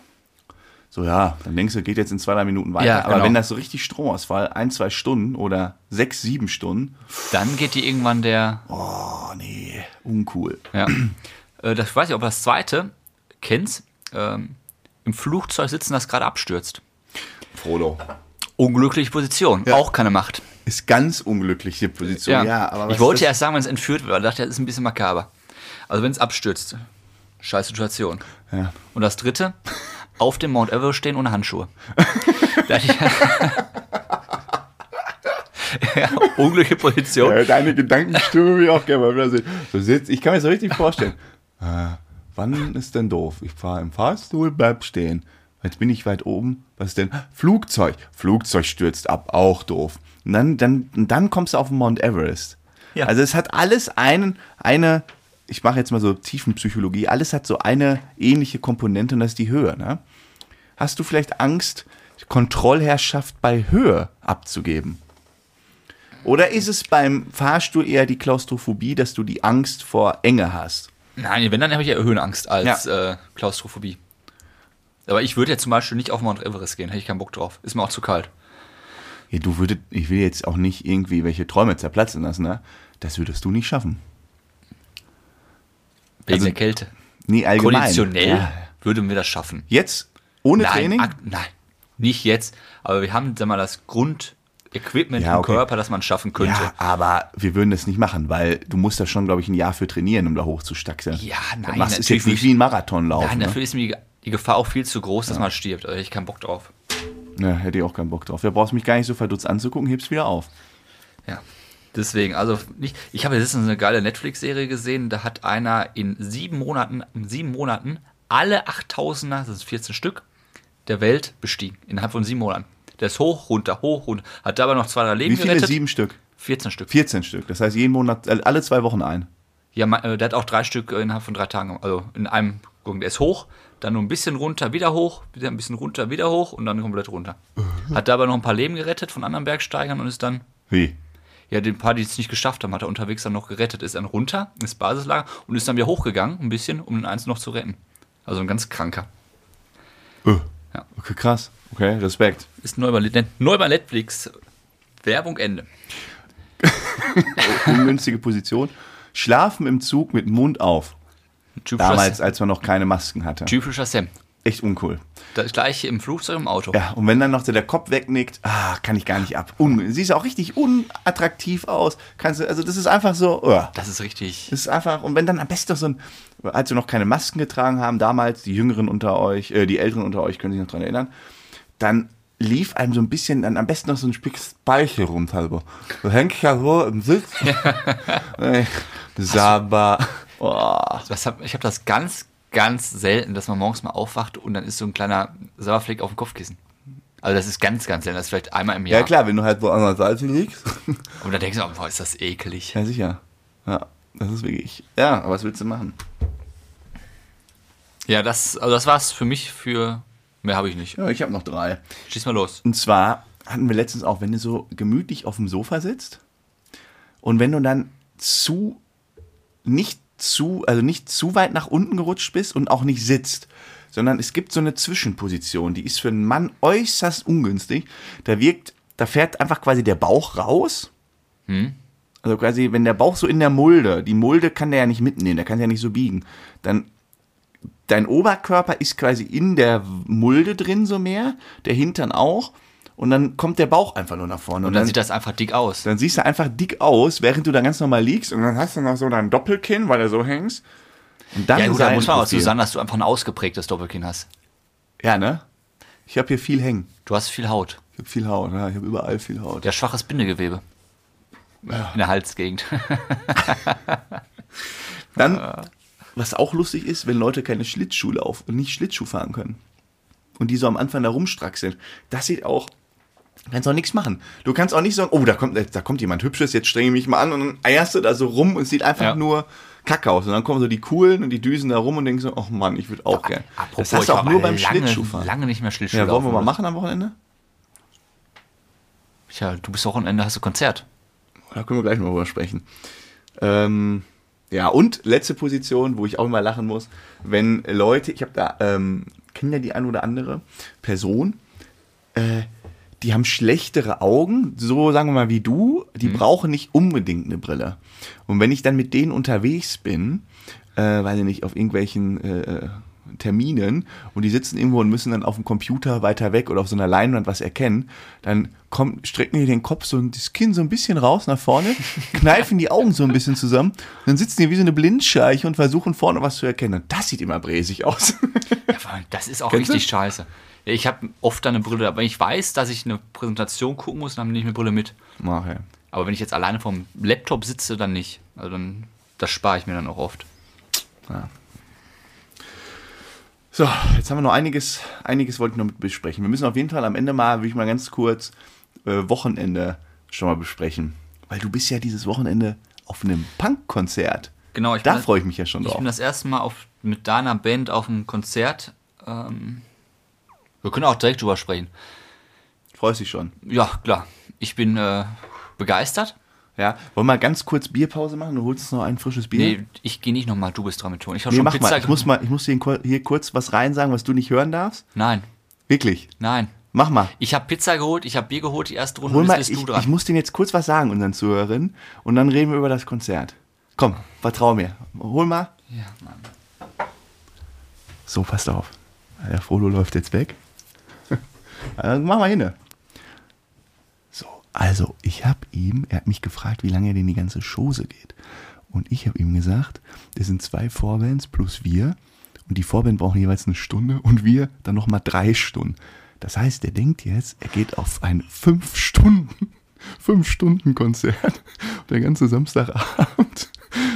So, ja, dann denkst du, geht jetzt in zwei, drei Minuten weiter.
Ja,
Aber
genau.
wenn das so richtig Stromausfall, ein, zwei Stunden oder sechs, sieben Stunden,
Dann geht dir irgendwann der.
oh nee, uncool.
Ja. Äh, das weiß ich, ob das zweite kennst. Ähm, Im Flugzeug sitzen, das gerade abstürzt.
Frodo.
Unglückliche Position. Auch keine Macht.
Ist ganz unglückliche Position, ja. aber
ich
was
wollte
ist
erst sagen, wenn es entführt wird, aber dachte, das ist ein bisschen makaber. Also wenn es abstürzt, scheiß Situation.
das? ja.
Und das dritte, auf dem Mount Everest stehen ohne Handschuhe. Da hatte ich- ja, unglückliche Position.
Ja, Deine Gedanken stimmen mich auch gerne mal wieder sehen. So sitzt, ich kann mir das so richtig vorstellen. Äh, wann ist denn doof? Ich fahre im Fahrstuhl, bleib stehen. Jetzt bin ich weit oben. Was denn? Flugzeug. Flugzeug stürzt ab, auch doof. Und dann, dann, und dann kommst du auf den Mount Everest.
Ja.
Also es hat alles einen, eine, ich mache jetzt mal so Tiefenpsychologie, alles hat so eine ähnliche Komponente und das ist die Höhe. Ne? Hast du vielleicht Angst, Kontrollherrschaft bei Höhe abzugeben? Oder ist es beim Fahrstuhl eher die Klaustrophobie, dass du die Angst vor Enge hast?
Nein, wenn, dann habe ich ja Höhenangst als äh, Klaustrophobie. Aber ich würde ja zum Beispiel nicht auf Mount Everest gehen, hätte ich keinen Bock drauf. Ist mir auch zu kalt.
Ja, du würdest, ich will jetzt auch nicht irgendwie welche Träume zerplatzen lassen, ne? Das würdest du nicht schaffen.
Wegen
Also,
der Kälte.
Nee, allgemein.
Konditionell
Ja.
würde mir das schaffen.
Jetzt, ohne Training?
ak- nein, nicht jetzt. Aber wir haben sag mal das Grundequipment
Ja, okay.
im Körper, das man schaffen könnte.
Ja, aber wir würden das nicht machen, weil du musst da schon, glaube ich, ein Jahr für trainieren, um da hochzustaxeln.
Ja,
Das
nein,
machst, ist
natürlich
jetzt nicht
nicht.
wie ein Marathonlauf.
nein,
ne?
dafür ist mir die- die Gefahr auch viel zu groß, dass man stirbt. Also ich keinen Bock drauf.
Ja, hätte ich auch keinen Bock drauf. Da brauchst du mich gar nicht so verdutzt anzugucken, heb's wieder auf.
Ja. Deswegen, also nicht. Ich habe letztens eine geile Netflix-Serie gesehen, da hat einer in sieben Monaten, in sieben Monaten alle 8000er, das sind 14 Stück, der Welt bestiegen. Innerhalb von sieben Monaten. Der ist hoch, runter, hoch, runter. Hat dabei noch zwei drei Leben
Wie viele?
gerettet.
Sieben Stück?
14 Stück.
14 Stück. Das heißt, jeden Monat, äh, alle zwei Wochen ein.
Ja, ma- äh, der hat auch drei Stück äh, innerhalb von drei Tagen, gemacht. also in einem. Gucken, Der ist hoch, dann nur ein bisschen runter, wieder hoch, wieder ein bisschen runter, wieder hoch und dann komplett runter.
Mhm.
Hat dabei noch ein paar Leben gerettet von anderen Bergsteigern und ist dann,
Wie?
ja, den paar, die es nicht geschafft haben, hat er unterwegs dann noch gerettet, ist dann runter ins Basislager und ist dann wieder hochgegangen, ein bisschen, um den Eins noch zu retten. Also ein ganz kranker.
Äh.
Ja.
Okay, krass. Okay, Respekt.
Ist neu bei, Net- neu bei Netflix. Werbung Ende.
Ungünstige Position. Schlafen im Zug mit Mund auf.
Ein Typischer,
Damals, als man noch keine Masken hatte.
typischer Sam.
Echt uncool.
Das gleiche im Flugzeug, im Auto.
Ja, und wenn dann noch so der Kopf wegnickt, ah, kann ich gar nicht ab. Un Siehst auch richtig unattraktiv aus. Kannst du, also das ist einfach so, uh.
Das ist richtig.
das ist einfach, und wenn dann am besten noch so ein, als wir noch keine Masken getragen haben, damals, die Jüngeren unter euch, äh, die Älteren unter euch können sich noch dran erinnern, dann lief einem so ein bisschen, dann am besten noch so ein Stück Speichel runter. So. Du hängst ja so im Sitz. Ey, Saba. Oh.
Das hab, ich habe das ganz, ganz selten, dass man morgens mal aufwacht und dann ist so ein kleiner Sauerfleck auf dem Kopfkissen. Also das ist ganz, ganz selten. Das ist vielleicht einmal im Jahr.
Ja klar, wenn du halt so an der Seite liegst.
Und dann denkst du, oh, boah, ist das eklig.
Ja, sicher. Ja, das ist wirklich. Ja, aber was willst du machen?
Ja, das, also das war's für mich. Für mehr habe ich nicht.
Ja, ich habe noch drei.
Schieß mal los.
Und zwar hatten wir letztens auch, wenn du so gemütlich auf dem Sofa sitzt und wenn du dann zu, nicht zu, also nicht zu weit nach unten gerutscht bist und auch nicht sitzt, sondern es gibt so eine Zwischenposition, die ist für einen Mann äußerst ungünstig. Da wirkt, da fährt einfach quasi der Bauch raus.
Hm?
Also quasi, wenn der Bauch so in der Mulde, die Mulde kann der ja nicht mitnehmen, der kann ja nicht so biegen, dann dein Oberkörper ist quasi in der Mulde drin so mehr, der Hintern auch und dann kommt der Bauch einfach nur nach vorne
Und dann sieht das einfach dick aus.
dann siehst du einfach dick aus, während du dann ganz normal liegst und dann hast du noch so dein Doppelkinn, weil du so hängst. Und dann
Ja gut, da muss man aber
Seitenprofil.
zusammen, dass du einfach ein ausgeprägtes Doppelkinn hast.
Ja, ne? Ich habe hier viel hängen.
Du hast viel Haut.
Ich habe viel Haut, ja. ich habe überall viel Haut.
Ja, schwaches Bindegewebe. In der Halsgegend.
Dann, was auch lustig ist, wenn Leute keine Schlittschuhe laufen und nicht Schlittschuh fahren können. Und die so am Anfang da rumstraxeln. Das sieht auch. Du kannst auch nichts machen. Du kannst auch nicht sagen, oh, da kommt, da kommt jemand Hübsches, jetzt strenge ich mich mal an und dann eierst du da so rum und es sieht einfach
Ja.
nur kacke aus. Und dann kommen so die Coolen und die düsen da rum und denken so, oh Mann, ich würde auch gern. das hast du
ich
auch
war
nur
aber
beim
lange,
Schlittschuhfahren.
Lange nicht mehr Schlittschuh.
Ja, wollen wir
laufen.
mal machen am Wochenende?
Tja, du bist Wochenende, hast du Konzert.
Da können wir gleich mal drüber sprechen. Ähm, ja, und letzte Position, wo ich auch immer lachen muss, wenn Leute, ich habe da, ähm, kennen ja die ein oder andere Person, äh, die haben schlechtere Augen, so sagen wir mal wie du, die brauchen nicht unbedingt eine Brille. Und wenn ich dann mit denen unterwegs bin, äh, weiß ich nicht, auf irgendwelchen äh, Terminen und die sitzen irgendwo und müssen dann auf dem Computer weiter weg oder auf so einer Leinwand was erkennen, dann kommen, strecken die den Kopf so und das Kinn so ein bisschen raus nach vorne, kneifen die Augen so ein bisschen zusammen, und dann sitzen die wie so eine Blindscheiche und versuchen vorne was zu erkennen. Und das sieht immer bräsig aus.
Ja, vor allem, Das ist auch
Kennst du?
richtig scheiße. Ja, Ich habe oft dann eine Brille, aber ich weiß, dass ich eine Präsentation gucken muss, dann nehme ich eine Brille mit.
Ach, ja.
Aber wenn ich jetzt alleine vorm Laptop sitze, dann nicht. Also dann, das spare ich mir dann auch oft.
So, jetzt haben wir noch einiges, einiges wollte ich noch mit besprechen. Wir müssen auf jeden Fall am Ende mal, will ich mal ganz kurz, äh, Wochenende schon mal besprechen. Weil du bist ja dieses Wochenende auf einem Punk-Konzert.
Genau, ich
Da
bin-
freue ich mich ja schon
Ich
drauf.
bin das erste Mal auf, mit deiner Band auf einem Konzert. Ähm, wir können auch direkt drüber sprechen.
Freust dich schon.
Ja, klar. Ich bin äh, begeistert.
Ja, wollen wir mal ganz kurz Bierpause machen? Du holst uns noch ein frisches Bier.
Nee, ich gehe nicht nochmal, du bist dran mit Ton. Ich habe
Nee,
schon
mach
Pizza
mal. Ich muss mal, ich muss hier, hier kurz was reinsagen, was du nicht hören darfst.
Nein,
Wirklich.
nein.
Mach mal.
Ich habe Pizza geholt, ich habe Bier geholt, die erste Runde
Hol
und
mal,
jetzt
ich,
bist du dran.
ich muss denen jetzt kurz was sagen, unseren Zuhörerinnen, und dann reden wir über das Konzert. Komm, vertrau mir. Hol mal.
ja, Mann.
So, passt auf. Der Frodo läuft jetzt weg. Dann mach mal hin. So, also ich habe ihm, er hat mich gefragt, wie lange denn die ganze Chose geht. Und ich habe ihm gesagt, das sind zwei Vorbands plus wir. Und die Vorband brauchen jeweils eine Stunde und wir dann nochmal drei Stunden. Das heißt, er denkt jetzt, er geht auf ein fünf Stunden, fünf Stunden Konzert. Und der ganze Samstagabend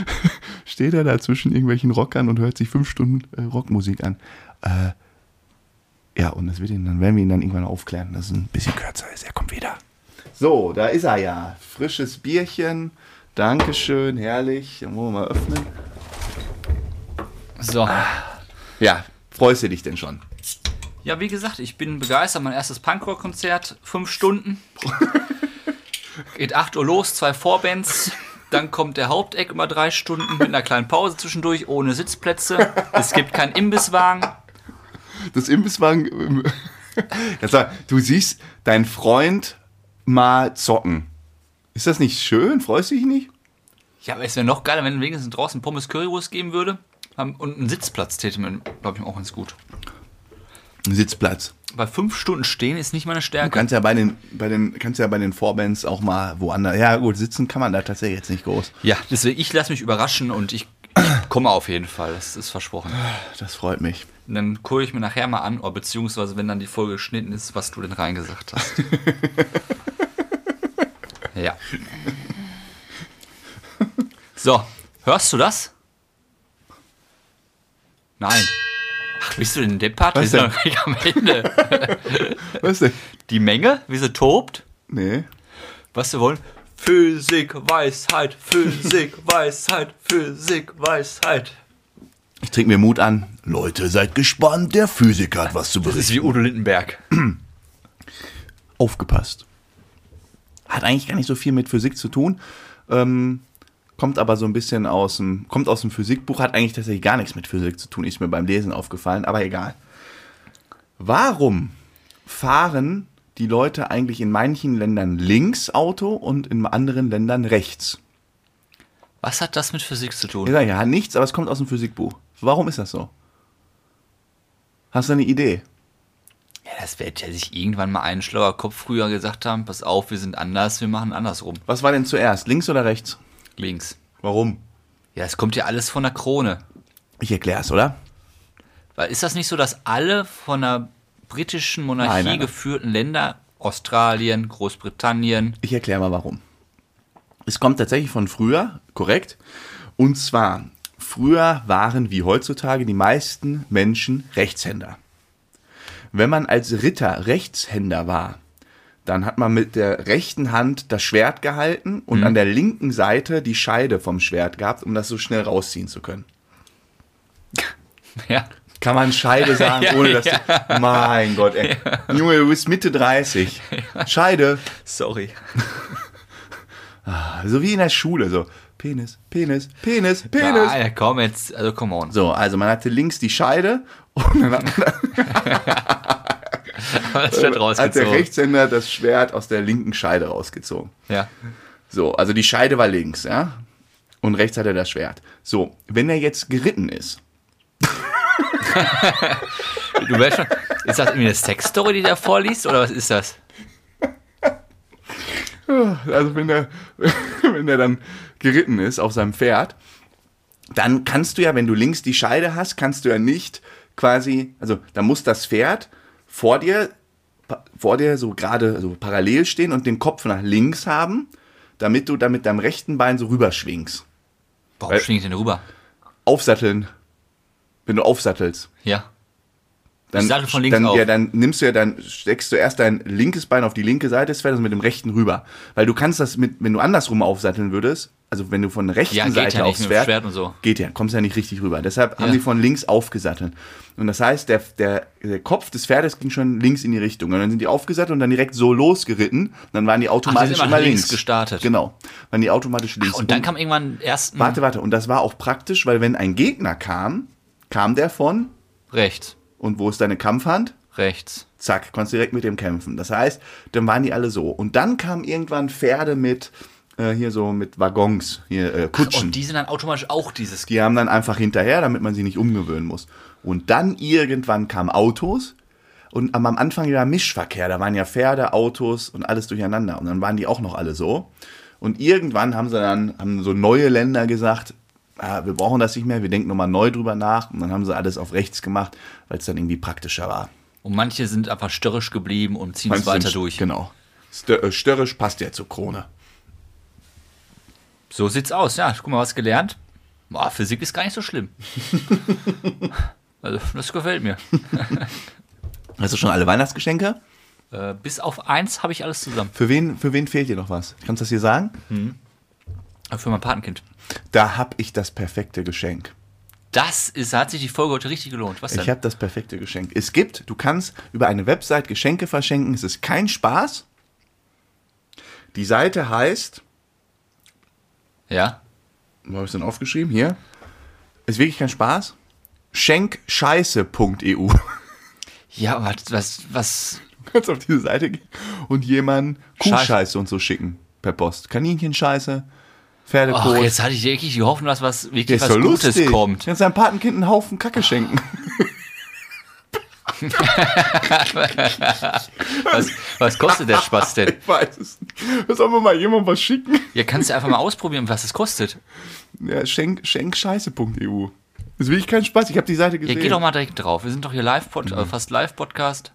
steht er da zwischen irgendwelchen Rockern und hört sich fünf Stunden äh, Rockmusik an. Äh, ja, und das wird ihn, dann werden wir ihn dann irgendwann aufklären, dass es ein bisschen kürzer ist. Er kommt wieder. So, da ist er ja. Frisches Bierchen. Dankeschön, herrlich. Dann wollen wir mal öffnen.
So.
Ja, freust du dich denn schon?
Ja, wie gesagt, ich bin begeistert. Mein erstes Punkrock-Konzert, fünf Stunden. Geht 8 Uhr los, zwei Vorbands. Dann kommt der Haupteck immer drei Stunden mit einer kleinen Pause zwischendurch, ohne Sitzplätze. Es gibt keinen Imbisswagen.
Das Imbisswagen. Das war, du siehst deinen Freund mal zocken. Ist das nicht schön? Freust du dich nicht?
Ja, aber es wäre noch geiler, wenn wenigstens draußen Pommes Currywurst geben würde. Am- Und einen Sitzplatz täte mir, glaube ich, auch ganz gut.
Sitzplatz.
Bei fünf Stunden stehen ist nicht meine
Du
Stärke.
kannst ja bei den, bei den, kannst ja bei den Vorbands auch mal woanders. Ja, gut, sitzen kann man da tatsächlich jetzt nicht groß.
Ja, deswegen, ich lasse mich überraschen und ich, ich komme auf jeden Fall. Das ist versprochen.
Das freut mich.
Und dann gucke ich mir nachher mal an, oder beziehungsweise wenn dann die Folge geschnitten ist, was du denn reingesagt hast. ja. So, hörst du das? Nein. Ach, bist du denn deppert? Wir
Was
sind
denn?
noch gar nicht am Ende.
Was denn?
Die Menge, wie sie tobt,
Nee.
was wir wollen. Physik, Weisheit, Physik, Weisheit, Physik, Weisheit.
Ich trinke mir Mut an. Leute, seid gespannt, der Physiker hat was zu
Das ist
berichten.
wie Udo Lindenberg.
Aufgepasst. Hat eigentlich gar nicht so viel mit Physik zu tun. Ähm, kommt aber so ein bisschen aus dem, kommt aus dem Physikbuch, hat eigentlich tatsächlich gar nichts mit Physik zu tun, ist mir beim Lesen aufgefallen, aber egal. Warum fahren die Leute eigentlich in manchen Ländern links Auto und in anderen Ländern rechts?
Was hat das mit Physik zu tun?
Ich sag ja, nichts, aber es kommt aus dem Physikbuch. Warum ist das so? Hast du eine Idee?
Ja, das wird ja sich irgendwann mal ein schlauer Kopf früher gesagt haben, pass auf, wir sind anders, wir machen andersrum.
Was war denn zuerst, links oder rechts?
Links.
Warum?
Ja, es kommt ja alles von der Krone.
Ich erkläre es, oder?
Weil ist das nicht so, dass alle von der britischen Monarchie
Nein, nein, nein.
geführten Länder, Australien, Großbritannien,
Ich erkläre mal warum. Es kommt tatsächlich von früher, korrekt. Und zwar, früher waren wie heutzutage die meisten Menschen Rechtshänder. Wenn man als Ritter Rechtshänder war, dann hat man mit der rechten Hand das Schwert gehalten
Mhm.
und an der linken Seite die Scheide vom Schwert gehabt, um das so schnell rausziehen zu können.
ja,
Kann man Scheide sagen,
Ja,
ohne dass du. Mein Gott, ey. Junge, du bist Mitte 30. Scheide.
sorry.
So Also wie in der Schule, so Penis, Penis, Penis, Penis.
Ah, ja, komm jetzt, also come on.
So, also man hatte links die Scheide und dann hat,
Das wird
hat der
rausgezogen.
Rechtshänder das Schwert aus der linken Scheide rausgezogen.
Ja.
So, also die Scheide war links, ja? Und rechts hat er das Schwert. So, wenn er jetzt geritten ist,
Du wärst schon, ist das irgendwie eine Sexstory, die da vorliest, oder was ist das?
also wenn er, wenn er dann geritten ist auf seinem Pferd, dann kannst du ja, wenn du links die Scheide hast, kannst du ja nicht quasi, also da muss das Pferd vor dir, pa- vor dir so gerade, so parallel stehen und den Kopf nach links haben, damit du dann mit deinem rechten Bein so rüberschwingst.
Warum
Weil-
schwing ich denn rüber?
Aufsatteln. Wenn du aufsattelst.
Ja.
Dann,
Ich sattel von links
dann,
auf.
Ja, dann nimmst du ja, dann steckst du erst dein linkes Bein auf die linke Seite des Pferdes und mit dem rechten rüber. Weil du kannst das mit, wenn du andersrum aufsatteln würdest, also wenn du von der rechten
Ja, geht ja
Seite
nicht
aufs
mit dem
Pferd,
Schwert und so.
geht ja, kommst ja nicht richtig rüber. Deshalb haben
Ja.
die von links aufgesattelt. Und das heißt, der, der, der Kopf des Pferdes ging schon links in die Richtung. Und dann sind die aufgesattelt und dann direkt so losgeritten. Und dann waren die automatisch
immer
immer
nach links
links.
gestartet.
Genau. Waren die automatisch links.
Und dann kam irgendwann erst ein
warte, warte. Und das war auch praktisch, weil wenn ein Gegner kam, kam der von
rechts.
und wo ist deine Kampfhand?
rechts.
Zack, konntest direkt mit dem kämpfen. Das heißt, dann waren die alle so. Und dann kamen irgendwann Pferde mit, äh, hier so mit Waggons, hier äh, Kutschen.
Und die sind dann automatisch auch dieses.
Die haben dann einfach hinterher, damit man sie nicht umgewöhnen muss. Und dann irgendwann kamen Autos. Und am am Anfang war Mischverkehr. Da waren ja Pferde, Autos und alles durcheinander. Und dann waren die auch noch alle so. Und irgendwann haben sie dann, haben so neue Länder gesagt, ah, wir brauchen das nicht mehr, wir denken nochmal neu drüber nach. Und dann haben sie alles auf rechts gemacht, weil es dann irgendwie praktischer war.
Und manche sind einfach störrisch geblieben und ziehen es
Meinst du
weiter
den-
durch.
Genau. Stö- äh, Störrisch passt ja zur Krone.
So sieht's aus, ja. Guck mal, was gelernt. Boah, Physik ist gar nicht so schlimm. also, das gefällt mir.
Hast du schon alle Weihnachtsgeschenke?
Äh, bis auf eins habe ich alles zusammen.
Für wen, für wen fehlt dir noch was? Kannst du das hier sagen?
Für mein Patenkind.
Da habe ich das perfekte Geschenk.
Das ist, hat sich die Folge heute richtig gelohnt. Was
Ich
denn?
habe das perfekte Geschenk. Es gibt, du kannst über eine Website Geschenke verschenken. Es ist kein Spaß. Die Seite heißt,
Ja.
wo habe ich es denn aufgeschrieben? Hier. Ist wirklich kein Spaß. E Schenkscheiße.eu. Du
Ja, was, was, was?
kannst auf diese Seite gehen und jemanden
Scheiße.
Kuhscheiße und so schicken per Post. Kaninchenscheiße,
Ach,
Pferdekot.
jetzt hatte ich wirklich die Hoffnung, dass was
Ja,
wirklich
ist
was
doch
Gutes
lustig.
kommt.
Kannst deinem Patenkind einen Haufen Kacke schenken.
Was, was kostet der Spaß denn?
Ich weiß es nicht. Soll man mal jemand was schicken?
Ja, kannst du einfach mal ausprobieren, was es kostet.
Ja, Schenk, schenkscheiße.eu. Das ist wirklich kein Spaß. Ich habe die Seite
Ja,
gesehen.
geh doch mal direkt drauf. Wir sind doch hier Live-Pod, äh, fast Live-Podcast.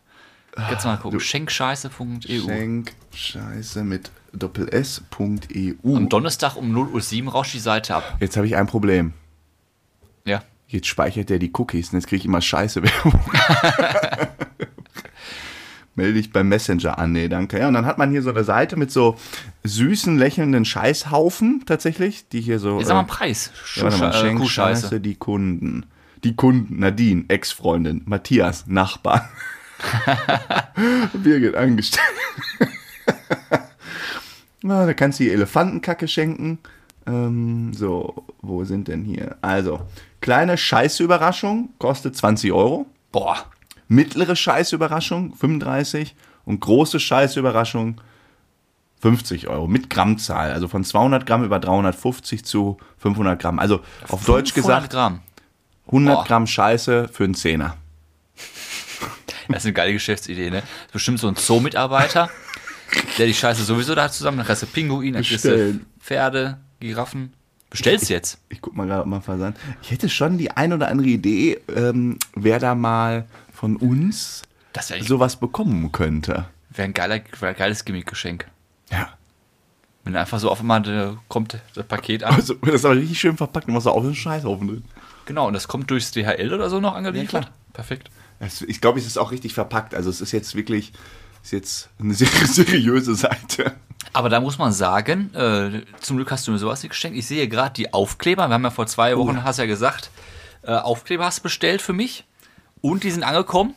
Jetzt mal
Mhm. Ah,
gucken. E
du-
Schenkscheiße.eu.
Schenkscheiße mit
Am
doppels.eu.
Donnerstag um 0.07 Uhr rauscht die Seite ab.
E Jetzt habe ich ein Problem.
Ja.
Jetzt speichert der die Cookies und jetzt kriege ich immer scheiße Werbung. Melde dich beim Messenger an. Nee, danke. Ja, und dann hat man hier so eine Seite mit so süßen, lächelnden Scheißhaufen tatsächlich, die hier so.
Jetzt sag mal
äh,
einen Preis. Schu-
Ja, warte mal,
äh,
Schenk
Kuhscheiße.
Scheiße, die Kunden. Die Kunden, Nadine, Ex-Freundin, Matthias, Nachbar. Birgit, angestellt. Na, da kannst du die Elefantenkacke schenken. Ähm, so, wo sind denn hier? Also, kleine Scheißüberraschung kostet 20 Euro.
Boah.
Mittlere Scheißüberraschung 35 und große Scheißüberraschung 50 Euro mit Grammzahl. Also von 200 Gramm über 350 zu 500 Gramm. Also auf Deutsch
500
gesagt
Gramm.
100
Boah.
Gramm Scheiße für einen Zehner.
Das ist eine geile Geschäftsidee, ne? Bestimmt so ein Zoo-Mitarbeiter, der die Scheiße sowieso da hat zusammen. Dann kriegst du Pinguin, dann kriegst du
Bestellen.
Pferde, Giraffen. Bestellst jetzt.
Ich guck mal gerade, ob man versand. Ich hätte schon die ein oder andere Idee, ähm, wer da mal von uns
Das wäre so.
sowas bekommen könnte.
wär ein geiler, wär ein geiles Gimmick-Geschenk.
Ja.
Wenn einfach so auf einmal äh, kommt das Paket an.
Also, das ist aber richtig schön verpackt. Du machst da auch einen Scheißhaufen drin.
Genau, und das kommt durchs DHL oder so noch angeliefert.
Ja, klar.
Perfekt.
Das, ich glaube, es ist auch richtig verpackt. Also es ist jetzt wirklich, ist jetzt eine sehr seriöse Seite.
Aber da muss man sagen, äh, zum Glück hast du mir sowas nicht geschenkt. Ich sehe gerade die Aufkleber. Wir haben ja vor
Oh.
zwei Wochen, hast ja gesagt, äh, Aufkleber hast bestellt für mich. Und die sind angekommen.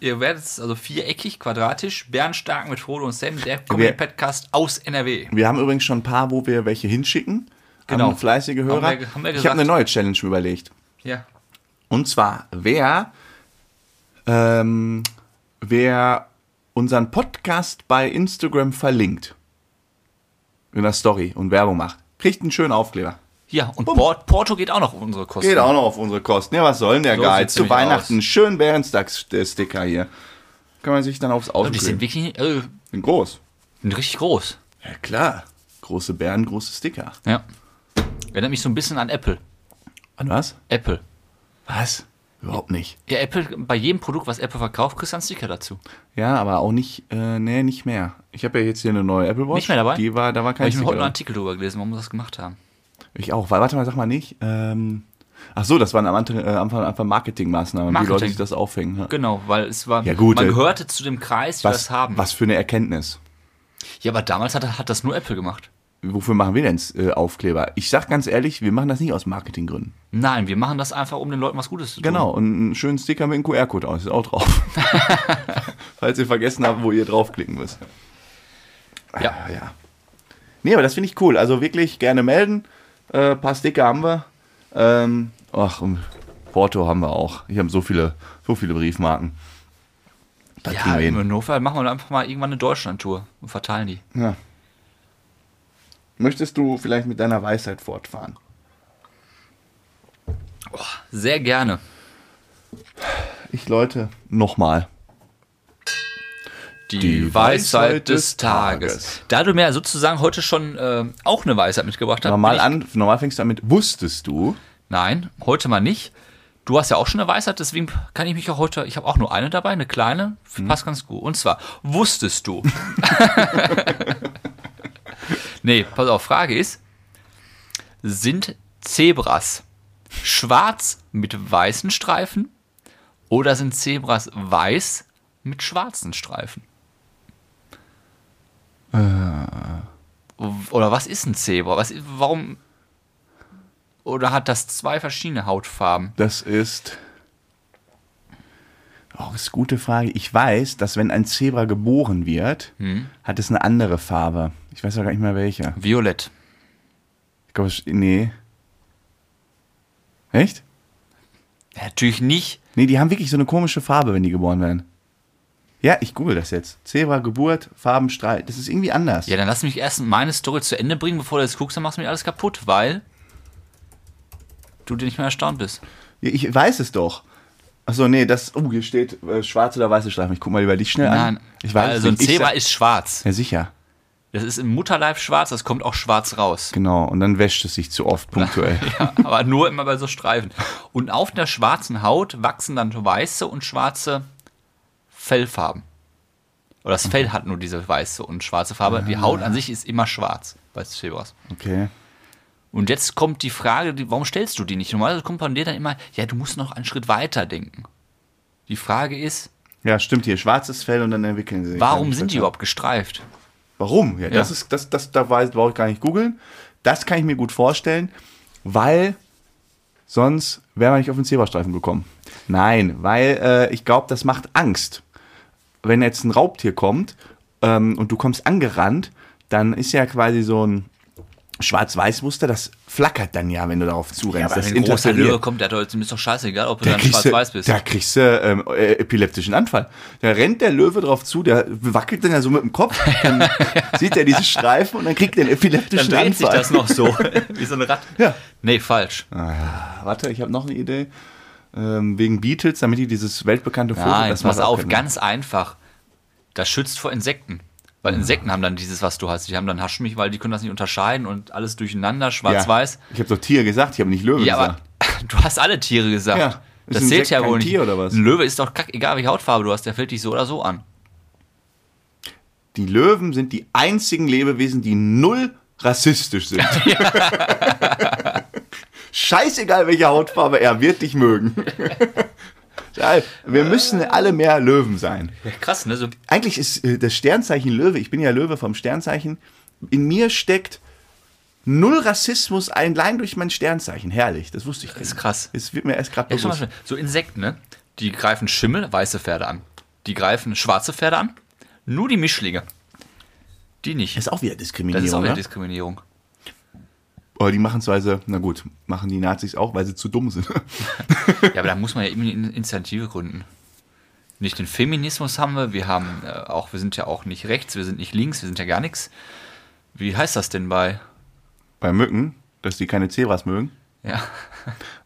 Ihr werdet es also viereckig, quadratisch, Bernstark mit Frodo und Sam, der Comedy Podcast aus NRW.
Wir haben übrigens schon ein paar, wo wir welche hinschicken.
Genau.
Haben fleißige Hörer.
Haben wir- haben wir
ich habe
gesagt.
eine neue Challenge überlegt.
Ja.
Und zwar, wer, ähm, wer unseren Podcast bei Instagram verlinkt in der Story und Werbung macht, kriegt einen schönen Aufkleber.
Ja, und Port Porto geht auch noch auf unsere Kosten.
Geht auch noch auf unsere Kosten. Ja, was soll denn der
So
Geiz?
sieht's
Zu
nämlich
Weihnachten
aus.
schön Bärenstags-Sticker hier. Kann man sich dann aufs Auto
Und die sind
kleben.
wirklich äh,
Sind groß.
sind richtig groß.
Ja, klar. Große Bären, große Sticker.
Ja. Erinnert mich so ein bisschen an Apple.
An was?
Apple.
Was? Überhaupt nicht.
Ja, Apple, bei jedem Produkt, was Apple verkauft, kriegst du einen Sticker dazu.
Ja, aber auch nicht, äh, nee, nicht mehr. Ich habe ja jetzt hier eine neue Apple Watch.
Nicht mehr dabei?
Die war, da war
Habe
kein
ich mir
Sticker
heute einen
drin.
Artikel drüber gelesen, warum wir das gemacht haben.
Ich auch. Warte mal, sag mal nicht. Ähm, ach so, das waren am Anfang, äh, am Anfang einfach Marketingmaßnahmen, wie
Marketing.
Leute sich das aufhängen. Ja.
Genau, weil es war,
Ja, gut,
man
äh,
gehörte zu dem Kreis, die
Was,
das haben.
was für eine Erkenntnis.
Ja, aber damals hat, hat das nur Apple gemacht.
Wofür machen wir denn äh, Aufkleber? Ich sag ganz ehrlich, wir machen das nicht aus Marketinggründen.
Nein, wir machen das einfach, um den Leuten was Gutes zu tun.
Genau, und einen schönen Sticker mit einem QR-Code aus, ist auch drauf. Falls ihr vergessen habt, wo ihr draufklicken müsst.
Ja.
Ah, ja. Nee, aber das finde ich cool. Also wirklich gerne melden. Äh, paar Sticker haben wir. Ähm, ach, und Porto haben wir auch. Ich habe so viele, so viele Briefmarken. Das
ja,
kriegen wir
in
hin.
Hannover machen wir einfach mal irgendwann eine Deutschland-Tour und verteilen die.
Ja. Möchtest du vielleicht mit deiner Weisheit fortfahren?
Sehr gerne.
Ich läute nochmal.
Die,
Die
Weisheit,
Weisheit
des
des
Tages.
Tages.
Da du mir ja sozusagen heute schon äh, auch eine Weisheit mitgebracht hast.
Normal,
bin
an, normal fängst du an mit, wusstest du?
ich, nein, heute mal nicht. Du hast ja auch schon eine Weisheit, deswegen kann ich mich auch heute, ich habe auch nur eine dabei, eine kleine, passt ganz gut. Und zwar, wusstest du? nee, pass auf, Frage ist, sind Zebras schwarz mit weißen Streifen oder sind Zebras weiß mit schwarzen Streifen? Oder was ist ein Zebra? Was, warum? Oder hat das zwei verschiedene Hautfarben?
Das ist. Oh, ist eine gute Frage. Ich weiß, dass wenn ein Zebra geboren wird,
Hm.
hat es eine andere Farbe. Ich weiß auch gar nicht mehr welche.
Violett.
Ich glaube, es- nee. Echt?
Ja, natürlich nicht.
Nee, die haben wirklich so eine komische Farbe, wenn die geboren werden. Ja, ich google das jetzt. Zebra, Geburt, Farbenstrahl. Das ist irgendwie anders.
Ja, dann lass mich erst meine Story zu Ende bringen, bevor du das guckst, dann machst du mir alles kaputt, weil du dir nicht mehr erstaunt bist.
Ja, Ich weiß es doch. Achso, nee, das. Oh, hier steht äh, schwarze oder weiße Streifen. Ich guck mal lieber dich schnell an.
Nein,
Ich weiß
also ein
es nicht. Ich
Zebra
sag-
ist schwarz.
Ja, sicher.
Das ist im Mutterleib schwarz, das kommt auch schwarz raus.
Genau. Und dann wäscht es sich zu oft punktuell.
Ja, aber nur immer bei so Streifen. Und auf der schwarzen Haut wachsen dann weiße und schwarze Fellfarben. Oder das
Mhm.
Fell hat nur diese weiße und schwarze Farbe.
Ah.
Die Haut an sich ist immer schwarz bei Zebras.
Okay.
Und jetzt kommt die Frage, die, warum stellst du die nicht? Normalerweise kommt von dir dann immer, ja, du musst noch einen Schritt weiter denken. Die Frage ist,
Ja, stimmt hier. Schwarzes Fell und dann entwickeln sie sich.
warum
dann
sind die überhaupt gestreift?
Warum? Ja, das ist, das, das, da weiß, brauche ich gar nicht googeln. Das kann ich mir gut vorstellen, weil sonst wäre man nicht auf den Zebrastreifen gekommen. Nein, weil äh, ich glaube, das macht Angst. Wenn jetzt ein Raubtier kommt ähm, und du kommst angerannt, dann ist ja quasi so ein Schwarz-Weiß-Muster, das flackert dann ja, wenn du darauf zurennst. das
Wenn ein großer
interferiert.
Löwe kommt, der hat doch- ist doch scheißegal, ob du
Da
dann
kriegst,
schwarz-weiß
du,
bist.
da kriegst du ähm, äh, epileptischen Anfall. Da rennt der Löwe drauf zu, der wackelt dann ja so mit dem Kopf, dann sieht er diese Streifen und dann kriegt er einen
Dann
epileptischen
dreht sich
Anfall.
das noch so, wie so ein Rad.
Ja.
Nee, falsch.
Ah, Warte, ich habe noch eine Idee. Ähm, wegen Beatles, damit die dieses weltbekannte Foto, man
Nein, pass
das
auf,
können.
ganz einfach. Das schützt vor Insekten. Weil Insekten haben dann dieses, was du hast. Die haben dann Haschmich, weil die können das nicht unterscheiden und alles durcheinander, schwarz-weiß.
Ja. Ich habe doch Tier gesagt, ich habe nicht Löwe
Ja, aber
gesagt.
du hast alle Tiere gesagt.
Ja. Ist
Das
ein
zählt
Insekt
ja
kein
wohl nicht.
Tier oder was?
Ein Löwe ist doch kack, egal welche Hautfarbe du hast, der fällt dich so oder so an.
Die Löwen sind die einzigen Lebewesen, die null rassistisch sind. Scheißegal, welche Hautfarbe er wird dich mögen. Ja, Wir müssen alle mehr Löwen sein.
Krass, ne? So,
Eigentlich ist äh, das Sternzeichen Löwe, ich bin ja Löwe vom Sternzeichen, in mir steckt null Rassismus allein durch mein Sternzeichen. Herrlich, das wusste ich gar nicht.
ist krass.
Es wird mir erst gerade
Ja, schau mal,
bewusst.
schau mal. so Insekten, ne? Die greifen Schimmel, weiße Pferde an. Die greifen schwarze Pferde an. Nur die Mischlinge. Die nicht.
ist auch wieder
Das
Diskriminierung.
ist auch wieder
ne?
Diskriminierung.
Aber die machen zwar, na gut, machen die Nazis auch, weil sie zu dumm sind.
Ja, aber da muss man ja eben eine In- Initiative gründen. Nicht den Feminismus haben wir, wir haben äh, auch, wir sind ja auch nicht rechts, wir sind nicht links, wir sind ja gar nichts. Wie heißt das denn bei?
Bei Mücken, dass die keine Zebras mögen.
Ja.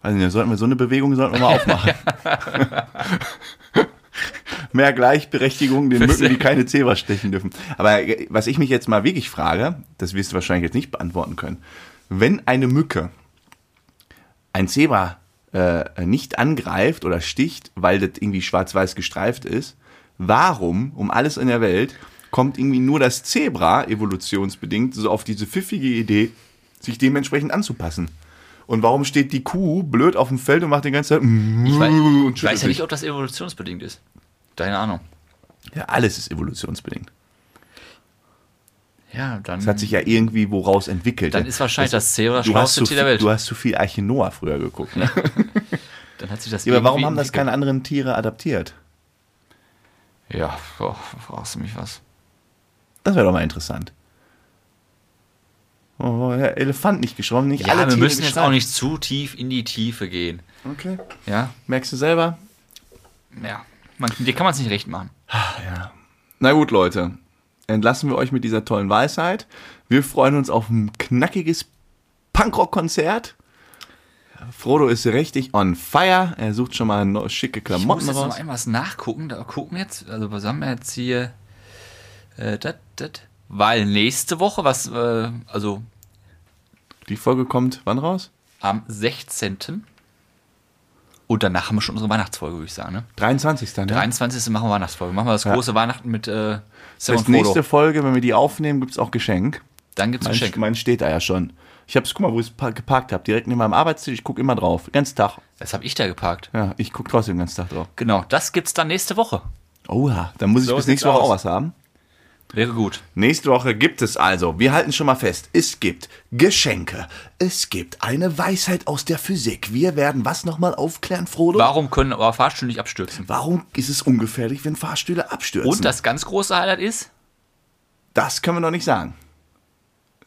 Weiß nicht, sollten wir so eine Bewegung sollten wir mal aufmachen. Mehr Gleichberechtigung den Mücken, die keine Zebras stechen dürfen. Aber äh, was ich mich jetzt mal wirklich frage, das wirst du wahrscheinlich jetzt nicht beantworten können. Wenn eine Mücke ein Zebra äh, nicht angreift oder sticht, weil das irgendwie schwarz-weiß gestreift ist, warum um alles in der Welt kommt irgendwie nur das Zebra evolutionsbedingt so auf diese pfiffige Idee, sich dementsprechend anzupassen? Und warum steht die Kuh blöd auf dem Feld und macht den ganzen Tag
Ich weiß,
mm, und
ich weiß
schüttelt
ja nicht,
sich?
ob das evolutionsbedingt ist. Deine Ahnung.
Ja, alles ist evolutionsbedingt.
Ja, dann,
Es hat sich ja irgendwie woraus entwickelt.
dann ist wahrscheinlich das, Zebra das
du hast,
schlauste
zu
Tier
viel,
der Welt.
du hast zu viel Arche Noah früher geguckt. Ne?
Dann hat sich das
Ja, aber warum
irgendwie
haben das keine anderen Tiere adaptiert?
entwickelt. Ja, boah, fragst du mich was.
Das wäre doch mal interessant. Oh, der Elefant nicht gestorben, nicht
Ja,
alle
wir
Tiere
müssen jetzt
geschlagen.
auch nicht zu tief in die Tiefe gehen.
Okay.
Ja,
Merkst du selber?
Ah, ja. Man, dir kann man es nicht recht machen.
Ja. Na gut, Leute. Entlassen wir euch mit dieser tollen Weisheit. Wir freuen uns auf ein knackiges Punkrock-Konzert. Frodo ist richtig on fire. Er sucht schon mal neue, schicke
Ich
Klamotten
muss jetzt
raus.
noch einmal was nachgucken. Da gucken jetzt, also was haben wir jetzt hier? Äh, dat, dat. Weil nächste Woche, was, äh, also
Die Folge kommt wann raus?
am 16. Und danach haben wir schon unsere Weihnachtsfolge, würde ich sagen. Ne?
23. Dann, ja?
23. machen wir Weihnachtsfolge. Machen wir das große Weihnachten mit äh, Sam
Das
und Frodo.
nächste Folge, wenn wir die aufnehmen, gibt es auch Geschenk.
Dann gibt's ein
Mein,
Geschenk.
mein steht da ja schon. Ich hab's, guck mal, wo ich es geparkt habe. Direkt neben meinem Arbeitstisch. Ich guck immer drauf. Ganz Tag.
Das habe ich da geparkt.
Ja, ich guck trotzdem ganz Tag drauf.
Genau, das gibt's dann nächste Woche.
Oha, dann muss
So
ich bis
sieht's
nächste Woche
aus.
auch was haben.
Wäre gut.
Nächste Woche gibt es also, wir halten schon mal fest, es gibt Geschenke, es gibt eine Weisheit aus der Physik. Wir werden was nochmal aufklären, Frodo?
Warum können aber Fahrstühle nicht abstürzen?
Warum ist es ungefährlich, wenn Fahrstühle abstürzen?
Und das ganz große Highlight ist,
das können wir noch nicht sagen.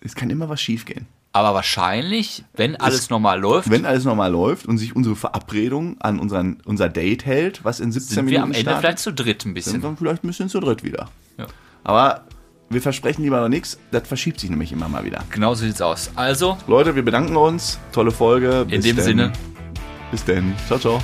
Es kann immer was schiefgehen.
aber wahrscheinlich, wenn alles normal läuft,
Wenn alles normal läuft und sich unsere Verabredung an unseren, unser Date hält, was in 17
sind wir am
Minuten
Ende
startet,
vielleicht zu dritt ein bisschen.
sind wir vielleicht ein bisschen zu dritt wieder.
Ja.
Aber wir versprechen lieber noch nichts, das verschiebt sich nämlich immer mal wieder.
Genau so sieht's aus. Also,
Leute, wir bedanken uns. Tolle Folge.
in
Bis
dem
denn.
Sinne.
Bis denn. Ciao, ciao.